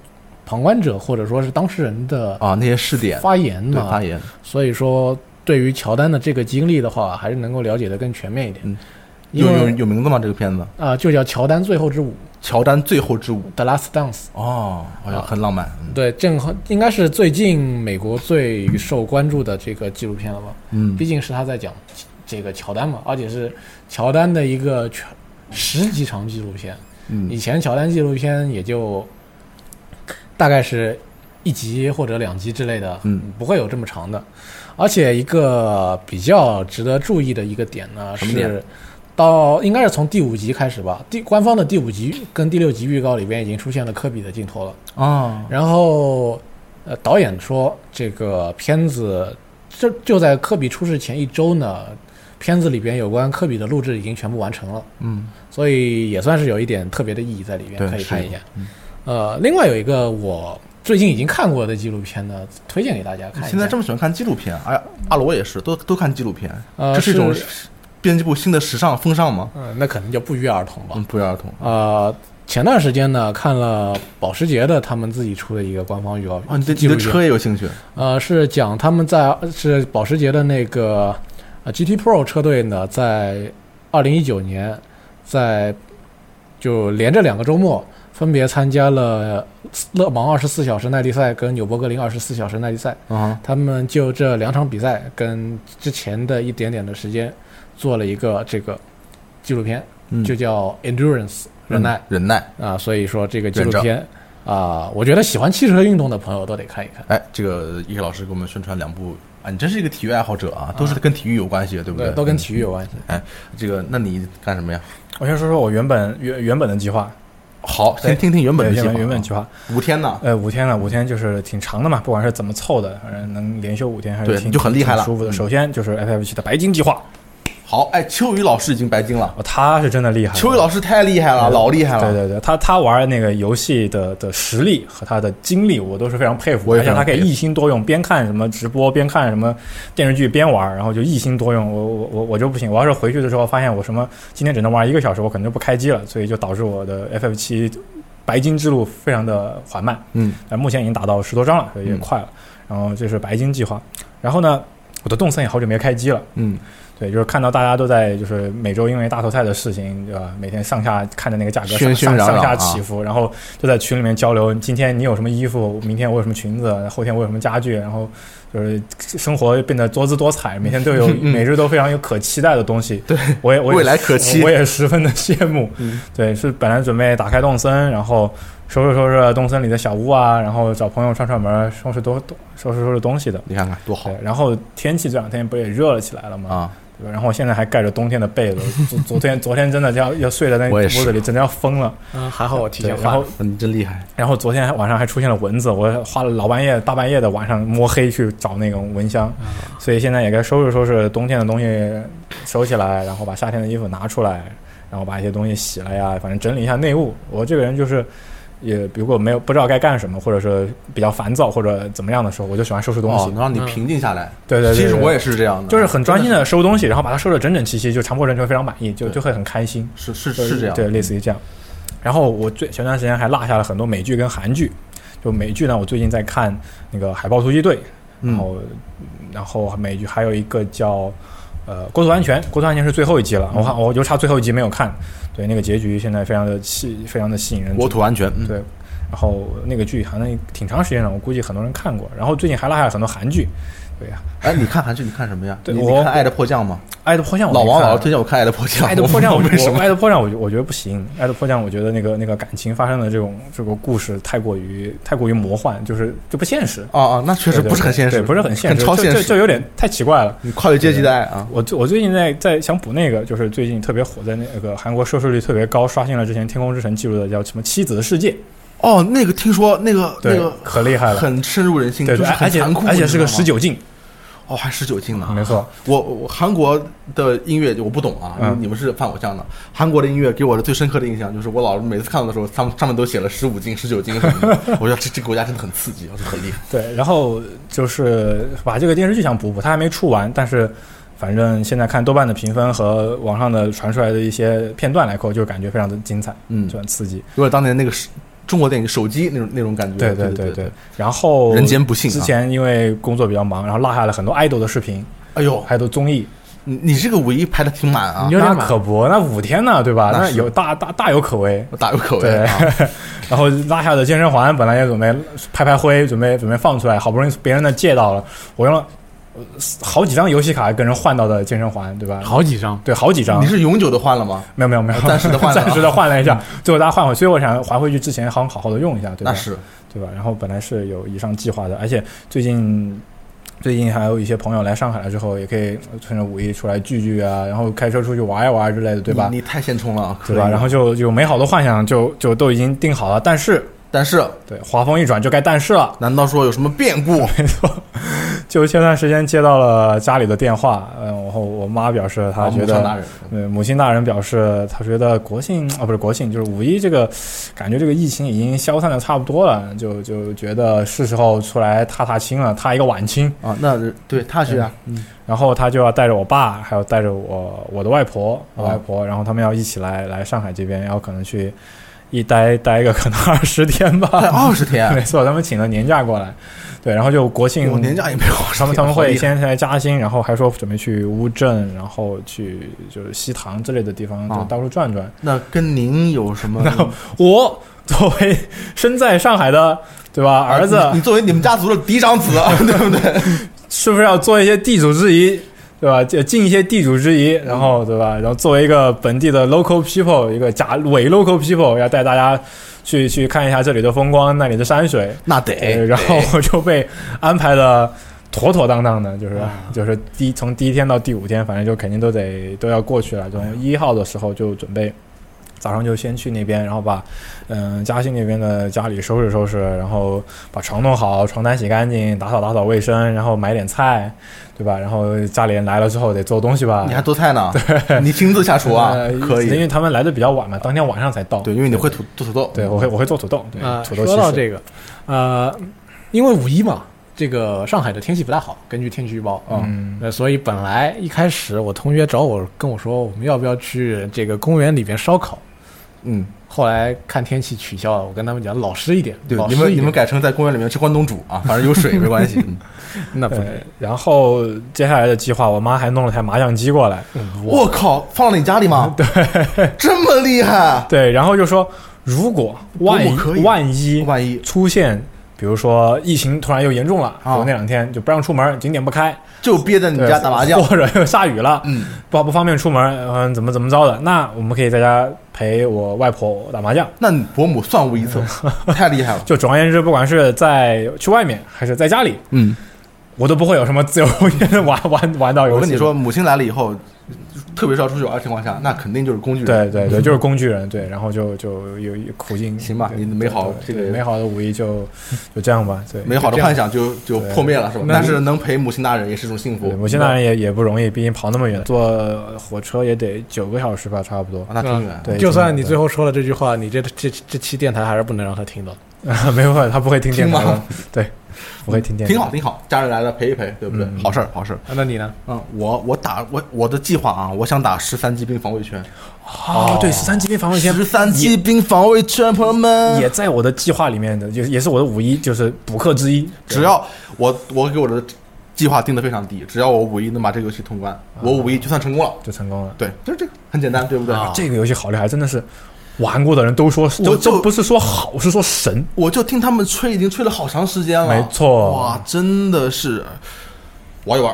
C: 旁观者或者说是当事人的
B: 啊，那些试点，
C: 发言
B: 对
C: 嘛，
B: 发言，
C: 所以说对于乔丹的这个经历的话，还是能够了解的更全面一点。
B: 嗯
C: 因
B: 有
C: 为呃
B: 有有名字吗？这个片子？
C: 啊、就叫《乔丹最后之舞》
B: 乔丹最后之舞》
C: The Last Dance》。
B: 哦，好像很浪漫。嗯
C: 对，正好应该是最近美国最受关注的这个纪录片了吧？
B: 嗯
C: 毕竟是他在讲这个乔丹嘛，而且是乔丹的一个全十几场纪录片。以
B: 嗯
C: 前乔丹纪录片也就大概是一集或者两集之类的，
B: 嗯，
C: 不会有这么长的。而且一个比较值得注意的一个点呢
B: 什么点
C: 是。到应该是从第五集开始吧，第官方的第五集跟第六集预告里边已经出现了科比的镜头了。
B: 哦，
C: 然后，呃，导演说这个片子就就在科比出事前一周呢，片子里边有关科比的录制已经全部完成了，
B: 嗯
C: 所以也算是有一点特别的意义在里
B: 对
C: 边，可以
B: 是
C: 看
B: 有
C: 一眼。
B: 嗯
C: 呃，另外有一个我最近已经看过的纪录片呢，推荐给大家看一下。
B: 现在这么喜欢看纪录片，哎呀，阿罗也是，都都看纪录片，
C: 呃
B: 这是一种
C: 是
B: 编辑部新的时尚风尚吗？
C: 嗯、那可能就不约而同吧。
B: 嗯，不约而同。
C: 呃，前段时间呢，看了保时捷的他们自己出的一个官方预告，
B: 哦，你对
C: 纪
B: 你
C: 录
B: 对
C: 片
B: 车也有兴趣？
C: 呃，是讲他们在是保时捷的那个呃 GT Pro 车队呢，在二零一九年在就连着两个周末，分别参加了勒芒二十四小时耐力赛跟纽博格林二十四小时耐力赛。
B: 啊，
C: 他们就这两场比赛跟之前的一点点的时间做了一个这个纪录片，
B: 嗯
C: 就叫 Endurance 忍耐
B: 嗯、忍耐。
C: 啊。所以说这个纪
B: 忍
C: 录
B: 着
C: 片啊、我觉得喜欢汽车运动的朋友都得看一看。
B: 哎，这个叶老师给我们宣传两部啊，你真是一个体育爱好者啊，都是跟体育有关系的，对不
C: 对，
B: 对？
C: 都跟
B: 嗯
C: 体育有关系。
B: 哎，这个，那你干什么呀？
D: 我先说说我原本原原本的计划，
B: 好，先
D: 对
B: 听听原本的
D: 对
B: 计
D: 原
B: 划啊。
D: 本原本计划，
B: 五天呢？
D: 呃，五天了，五天就是挺长的嘛，不管是怎么凑的，反正能连休五天还是
B: 对
D: 挺
B: 你就很厉害了
D: 挺舒服的。
B: 嗯
D: 首先就是 FF 7的白金计划，
B: 好，哎，秋雨老师已经白金了，
D: 哦，他是真的厉害了，
B: 秋雨老师太厉害了，
D: 对
B: 啊老厉害了。
D: 对对对，他他玩那个游戏的的实力和他的精力，我都是非常佩服。
B: 我也
D: 而
B: 非
D: 且
B: 常
D: 他可以
B: 佩服
D: 一心多用，边看什么直播，边看什么电视剧，边玩，然后就一心多用。我我我我就不行，我要是回去的时候发现我什么今天只能玩一个小时，我可能就不开机了，所以就导致我的 FF 七白金之路非常的缓慢。
B: 嗯，
D: 但目前已经达到十多张了，所以也
B: 嗯
D: 快了。然后这是白金计划，然后呢，我的动森也好久没开机了。
B: 嗯，
D: 对，就是看到大家都在就是每周因为大头菜的事情，对吧？每天上下看着那个价格
B: 喧
D: 上
B: 喧
D: 上
B: 嚷嚷
D: 上下
B: 啊
D: 起伏，然后就在群里面交流，今天你有什么衣服，明天我有什么裙子，后天我有什么家具，然后就是生活变得多姿多彩，每天都有每日都非常有可期待的东西。对，我也我也
B: 嗯未来可期
D: 我也十分的羡慕。
B: 嗯
D: 对，是本来准备打开动森，然后收拾收拾动森里的小屋啊，然后找朋友串串门儿，收拾东收拾收拾东西的。
B: 你看看多好
D: 对，然后天气这两天不也热了起来了吗？
B: 啊！
D: 对吧？然后我现在还盖着冬天的被子， 昨昨天昨天真的要要睡在那
B: 我
D: 屋
B: 也是
D: 子里，真的要疯了。
C: 嗯，还好我提
D: 对，
C: 前
D: 然
C: 换
D: 后
C: 了。
B: 你真厉害，
D: 然后昨天晚上还出现了蚊子，我花了老半夜大半夜的晚上摸黑去找那种蚊香，所以现在也该收拾收拾冬天的东西收起来，然后把夏天的衣服拿出来，然后把一些东西洗了呀，反正整理一下内务。我这个人就是。也如果没有不知道该干什么，或者是比较烦躁或者怎么样的时候，我就喜欢收拾东西。
B: 哦，能让你
C: 嗯
B: 平静下来。
D: 对对对
B: 其实
D: 对
B: 我也是这样的，
D: 就是很专心的收东西，然后把它收的整整齐齐，就强迫症就会非常满意，就
B: 对
D: 就会很开心，
B: 是是是这样，
D: 对，类似于这样。然后我最前段时间还落下了很多美剧跟韩剧，就美剧呢，我最近在看那个《海豹突击队》，然
B: 嗯
D: 后、然后美剧还有一个叫呃《国土安全》，《国土安全》是最后一集
B: 嗯
D: 了，我看我就差最后一集没有看，对，那个结局现在非常的吸，非常的吸引人，
B: 国土安全，嗯
D: 对，然后那个剧好像挺长时间了，我估计很多人看过。然后最近还落下了很多韩剧，对呀、
B: 哎，你看韩剧，你看什么呀？
D: 对
B: 你你
D: 我
B: 看《爱的迫降》吗？
D: 爱的迫降》我
B: 老
D: 没
B: 王
D: 看啊
B: 老是推荐我看《爱的迫降》，
D: 爱的迫降，
B: 我
D: 我
B: 不
D: 觉
B: 知道为什
D: 得
B: 么？
D: 爱的迫降，我觉我觉得不行。爱的迫降，我觉得那个那个感情发生的这种这个故事太过于太过于魔幻，就是就不现实，
B: 哦哦，那确实
D: 对对
B: 不是很现实，
D: 对，不是很现实，
B: 很超
D: 就
B: 现
D: 就就
B: 实，
D: 有点太奇怪了。
B: 你跨越阶级的爱啊！
D: 我最我最近在在想补那个，就是最近特别火，在那个韩国收视率特别高，刷新了之前《天空之城》记录的叫什么《妻子的世界》，
B: 哦，那个听说那个那
D: 对
B: 个，
D: 可厉害了，
B: 很深入人心，
D: 对
B: 就
D: 对，
B: 是
D: 而
B: 很
D: 且
B: 残酷，
D: 而且
B: 你
D: 是
B: 知
D: 个
B: 道
D: 十
B: 吗
D: 九禁，
B: 哦，还十九禁呢，
D: 没错。
B: 我我韩国的音乐，我不懂啊，
D: 嗯
B: 你们是犯我像的。韩国的音乐给我的最深刻的印象就是，我老是每次看到的时候，上上面都写了十五斤、十九斤什么的。 我觉得这这个国家真的很刺激，我说很厉害。
D: 对，然后就是把这个电视剧想补补，它还没出完，但是反正现在看豆瓣的评分和网上的传出来的一些片段来扣，就感觉非常的精彩，
B: 嗯
D: 就很刺激。
B: 有点当年那个手中国电影手机那种那种感觉。
D: 对
B: 对
D: 对
B: 对，
D: 然后
B: 人间不幸啊
D: 之前因为工作比较忙，然后落下了很多爱豆的视频，
B: 哎呦，
D: 还有综艺。
B: 你你这个五一排的挺满啊
C: 你，有点
D: 那
C: 满
D: 可不，那五天呢，对吧？
B: 那
D: 那
B: 是
D: 有大大大有可为。
B: 我大有可为
D: 对
B: 啊。，
D: 然后拉下的健身环本来也准备拍拍灰，准备准备放出来，好不容易从别人那借到了，我用了呃好几张游戏卡跟人换到的健身环，对吧？
C: 好几张，
D: 对，好几张
B: 你，是永久的换了吗？
D: 没有没有没有，
B: 暂时地换了啊
D: 暂时的换了一下，最后大家换回，所以我想还回去之前，好好好的用一下，对吧？
B: 那是
D: 对吧？然后本来是有以上计划的，而且最近最近还有一些朋友来上海了之后，也可以趁着五一出来聚聚啊，然后开车出去玩一玩之类的，对吧
B: 你？你太现充了啊，
D: 对吧？
B: 可以
D: 然后就有美好的幻想就，就都已经定好了，但是
B: 但是
D: 对，话锋一转就该但是了。
B: 难道说有什么变故？
D: 没错，就前段时间接到了家里的电话，嗯，然后我妈表示她
B: 啊
D: 觉
B: 母
D: 得嗯
B: 上大人，
D: 对，母亲大人表示，她觉得国庆啊，不是国庆，就是五一这个，感觉这个疫情已经消散的差不多了，就就觉得是时候出来踏踏青了，踏一个晚清。
B: 啊，那对他去啊，
D: 然后她就要带着我爸，还有带着我我的外婆，我
B: 哦
D: 外婆，然后他们要一起来来上海这边，然后可能去一待待个可能二十天吧。
B: 才二十 天，
D: 没错，他们请了年假过来，对，然后就国庆
B: 我啊年假也没有20天，
D: 嗯他们他们
B: 好
D: 会
B: 厉害
D: 先来嘉兴，然后还说准备去乌镇，然后去就是西塘之类的地方，
B: 啊
D: 就到处转转。
B: 那跟您有什么？
D: 我作为身在上海的，对吧，儿子
B: 啊你你作为你们家族的嫡长 子，对不对？
D: 是不是要做一些地主之谊，对吧？就尽一些地主之谊，然
B: 嗯
D: 后对吧？然后作为一个本地的 local people，一个假伪 local people，要带大家去去看一下这里的风光，那里的山水。
B: 那
D: 对，
B: 得，
D: 呃然后我就被安排的妥妥当当的，就是、
B: 嗯
D: 就是第一从第一天到第五天，反正就肯定都得都要过去了。从一号的时候就准备。早上就先去那边，然后把，嗯，嘉兴那边的家里收拾收拾，然后把床弄好，床单洗干净，打扫打扫卫生，然后买点菜，对吧？然后家里人来了之后得做东西吧。
B: 你还做菜 呢，你亲自下厨啊
D: 呃，
B: 可
D: 因为
B: 以。
D: 他们来的比较晚嘛，当天晚上才到。
B: 对，因为你会土做土豆，
D: 对，我会我会做土豆，对，
C: 啊，
D: 土豆
C: 说
D: 其
C: 到
D: 实
C: 这个，呃，因为五一嘛，这个上海的天气不大好，根据天气预报啊，
D: 嗯
C: 那所以本来一开始我同学找我跟我说，我们要不要去这个公园里边烧烤？
B: 嗯，
C: 后来看天气取消了，我跟他们讲老实一点，
B: 对，
D: 哦
C: 老
B: 你
C: 实一
B: 们你
C: 点
B: 们改成在公园里面吃关东煮啊，反正有水没关 系。嗯
C: 那不
D: 对，然后接下来的计划，我妈还弄了台麻将机过来，
B: 我靠，放到你家里 吗？对，这么厉害，
D: 对，然后就说如果万
B: 如果可
D: 一
B: 以
D: 万一
B: 万一
D: 出现，比如说疫情突然又严重了，
B: 啊
D: 我那两天就不让出门，景点不开，
B: 就憋在你
D: 对
B: 家打麻将，
D: 或者又下雨了，
B: 嗯，
D: 不不方便出门，嗯，怎么怎么着的，那我们可以在家陪我外婆打麻将。
B: 那你伯母算无一 策，太厉害了。
D: 就总而言之，不管是在去外面还是在家里，
B: 嗯，
D: 我都不会有什么自由空间地玩玩玩到游戏。
B: 我跟你说，，母亲来了以后，特别是要出去玩的情况下，那肯定就是工具人。
D: 对对对，就是工具人，对，然后就就有有苦尽
B: 行吧
D: 对
B: 你美好
D: 对
B: 这个
D: 美好的五 一就就这样吧，对，
B: 美好的幻想就就破灭了，是吧？
D: 那
B: 但是能陪母亲大人也是一种幸福
D: 对。我现在也也不容易，毕竟跑那么远，坐火车也得九个小时吧，差不多
B: 啊，。那挺远。
D: 对，
C: 就算你最后说了这句话，你这这这期电台还是不能让他听到。
D: 没办法，他不会听电台
B: 听
D: 的
B: 吗，
D: 对，不会听电台，
B: 挺好，。挺好，家人来了陪一陪，对不对？好事儿，好事儿。
C: 啊那你呢？
B: 嗯，我我打我我的计划啊，我想打十三级兵防卫圈，
D: 哦，对，十三级兵防卫圈
B: 十三级兵防卫圈，朋友们，
D: 也在我的计划里面的，也也是我的五一就是补课之一。
B: 只要我我给我的计划定的非常低，只要我五一能把这个游戏通关，我五一就算成功了。
D: 就成功了。
B: 对，就是这个很简单，对不对？
C: 啊
D: 这个游戏好厉害，真的是玩过的人都说，
B: 我
D: 都都
B: 就
D: 不是说好，是说神。
B: 我就听他们吹，已经吹了好长时间了。
D: 没错
B: 哇，真的是玩一玩，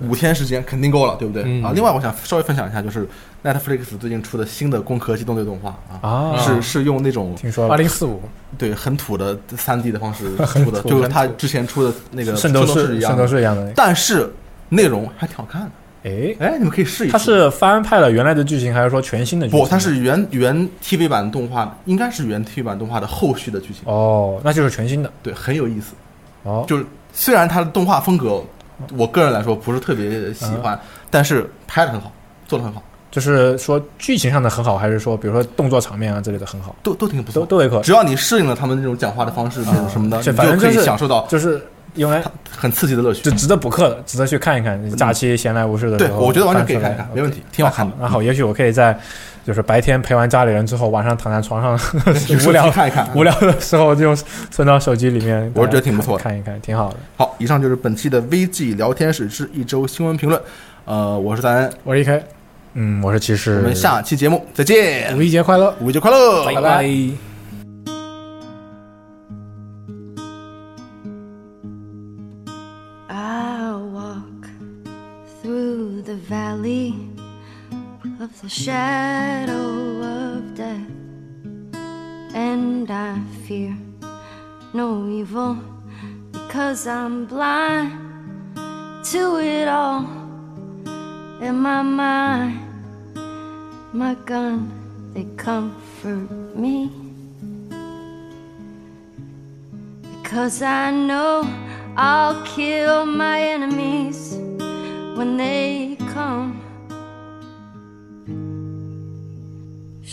B: 五天时间肯定够了，对不对？
C: 嗯
B: 啊，另外我想稍微分享一下，就是 Netflix 最近出的新的《攻壳机动队》动画啊，
D: 啊
B: 是是用那种
D: 听说
C: 二
D: 了，
C: 零四五，
B: 对很土的三 D 的方 式出的，就跟他之前出的那个《
D: 圣
B: 斗
D: 斗士
B: 一
D: 圣
B: 样
D: 斗
B: 的，
D: 士一样的，
B: 但是内容还挺好看的。
D: 哎，
B: 哎，你们可以试一试。
D: 它是翻拍了原来的剧情，还是说全新的剧情？
B: 不？它是原原 TV 版动画，应该是原 TV 版动画的后续的剧情，
D: 哦，那就是全新的
B: 对，很有意思。
D: 哦。
B: 就是虽然它的动画风格，我个人来说不是特别喜
D: 嗯
B: 欢，但是拍的很好，做的很好，
D: 就是说剧情上的很好，还是说比如说动作场面啊之类的很好，
B: 都都挺不
D: 都
B: 错。
D: 都有可
B: 只要你适应了他们那种讲话的方式，那种什么的，
D: 就
B: 你
D: 反正
B: 可
D: 就
B: 以
D: 是
B: 享受到
D: 就是因为
B: 很刺激的乐趣
D: 就。值得补课的，值得去看一看。假期闲来无事的时
B: 嗯对，
D: 候，
B: 我觉得完全可以
D: 翻
B: 看一
D: 出来
B: 看，没问。题，嗯挺好看的。
D: 那好，也许我可以在就是白天陪完家里人之后，晚上躺在床上
B: 你
D: 无聊
B: 看一看，
D: 无聊的时候，就存到手机里面，
B: 我觉得挺不错的
D: 看一看，挺好的。
B: 好，以上就是本期的 VG 聊天室之一周新闻评论。呃，我是咱，
C: 我是一开，
D: 嗯，我是骑士。
B: 我们下期节目再见
C: 五，一节快乐。
B: 五一节快乐，
C: 拜拜
F: I'll walk through the valley of the shadow of death, and I fear no evil because I'm blind to it all. In my mind, my gun, they comfort me. Because I know I'll kill my enemies when they come.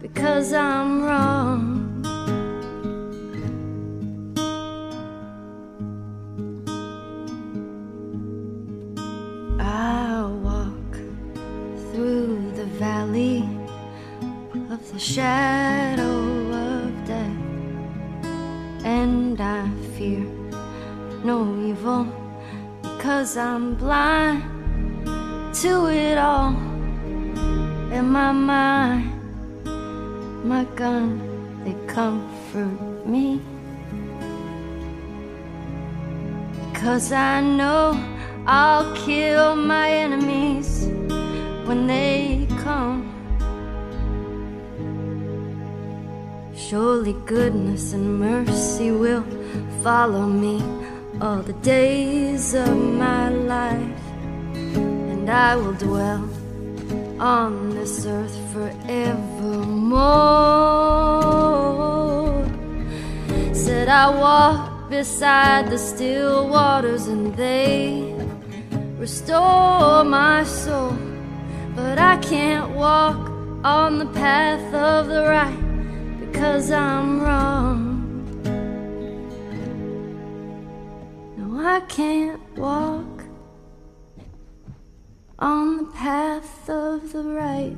F: because I'm wrong. I walk through the valley of the shadow of death, and I fear no evil because I'm blind to it all. In my mind, my gun, they comfort me. Because I know I'll kill my enemies when they come. Surely goodness and mercy will follow me all the days of my life, and I will dwell on this earth forevermore. Said I walk beside the still waters, and they restore my soul. But I can't walk on the path of the right because I'm wrong. No, I can't walk on the path of the right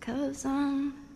F: because I'm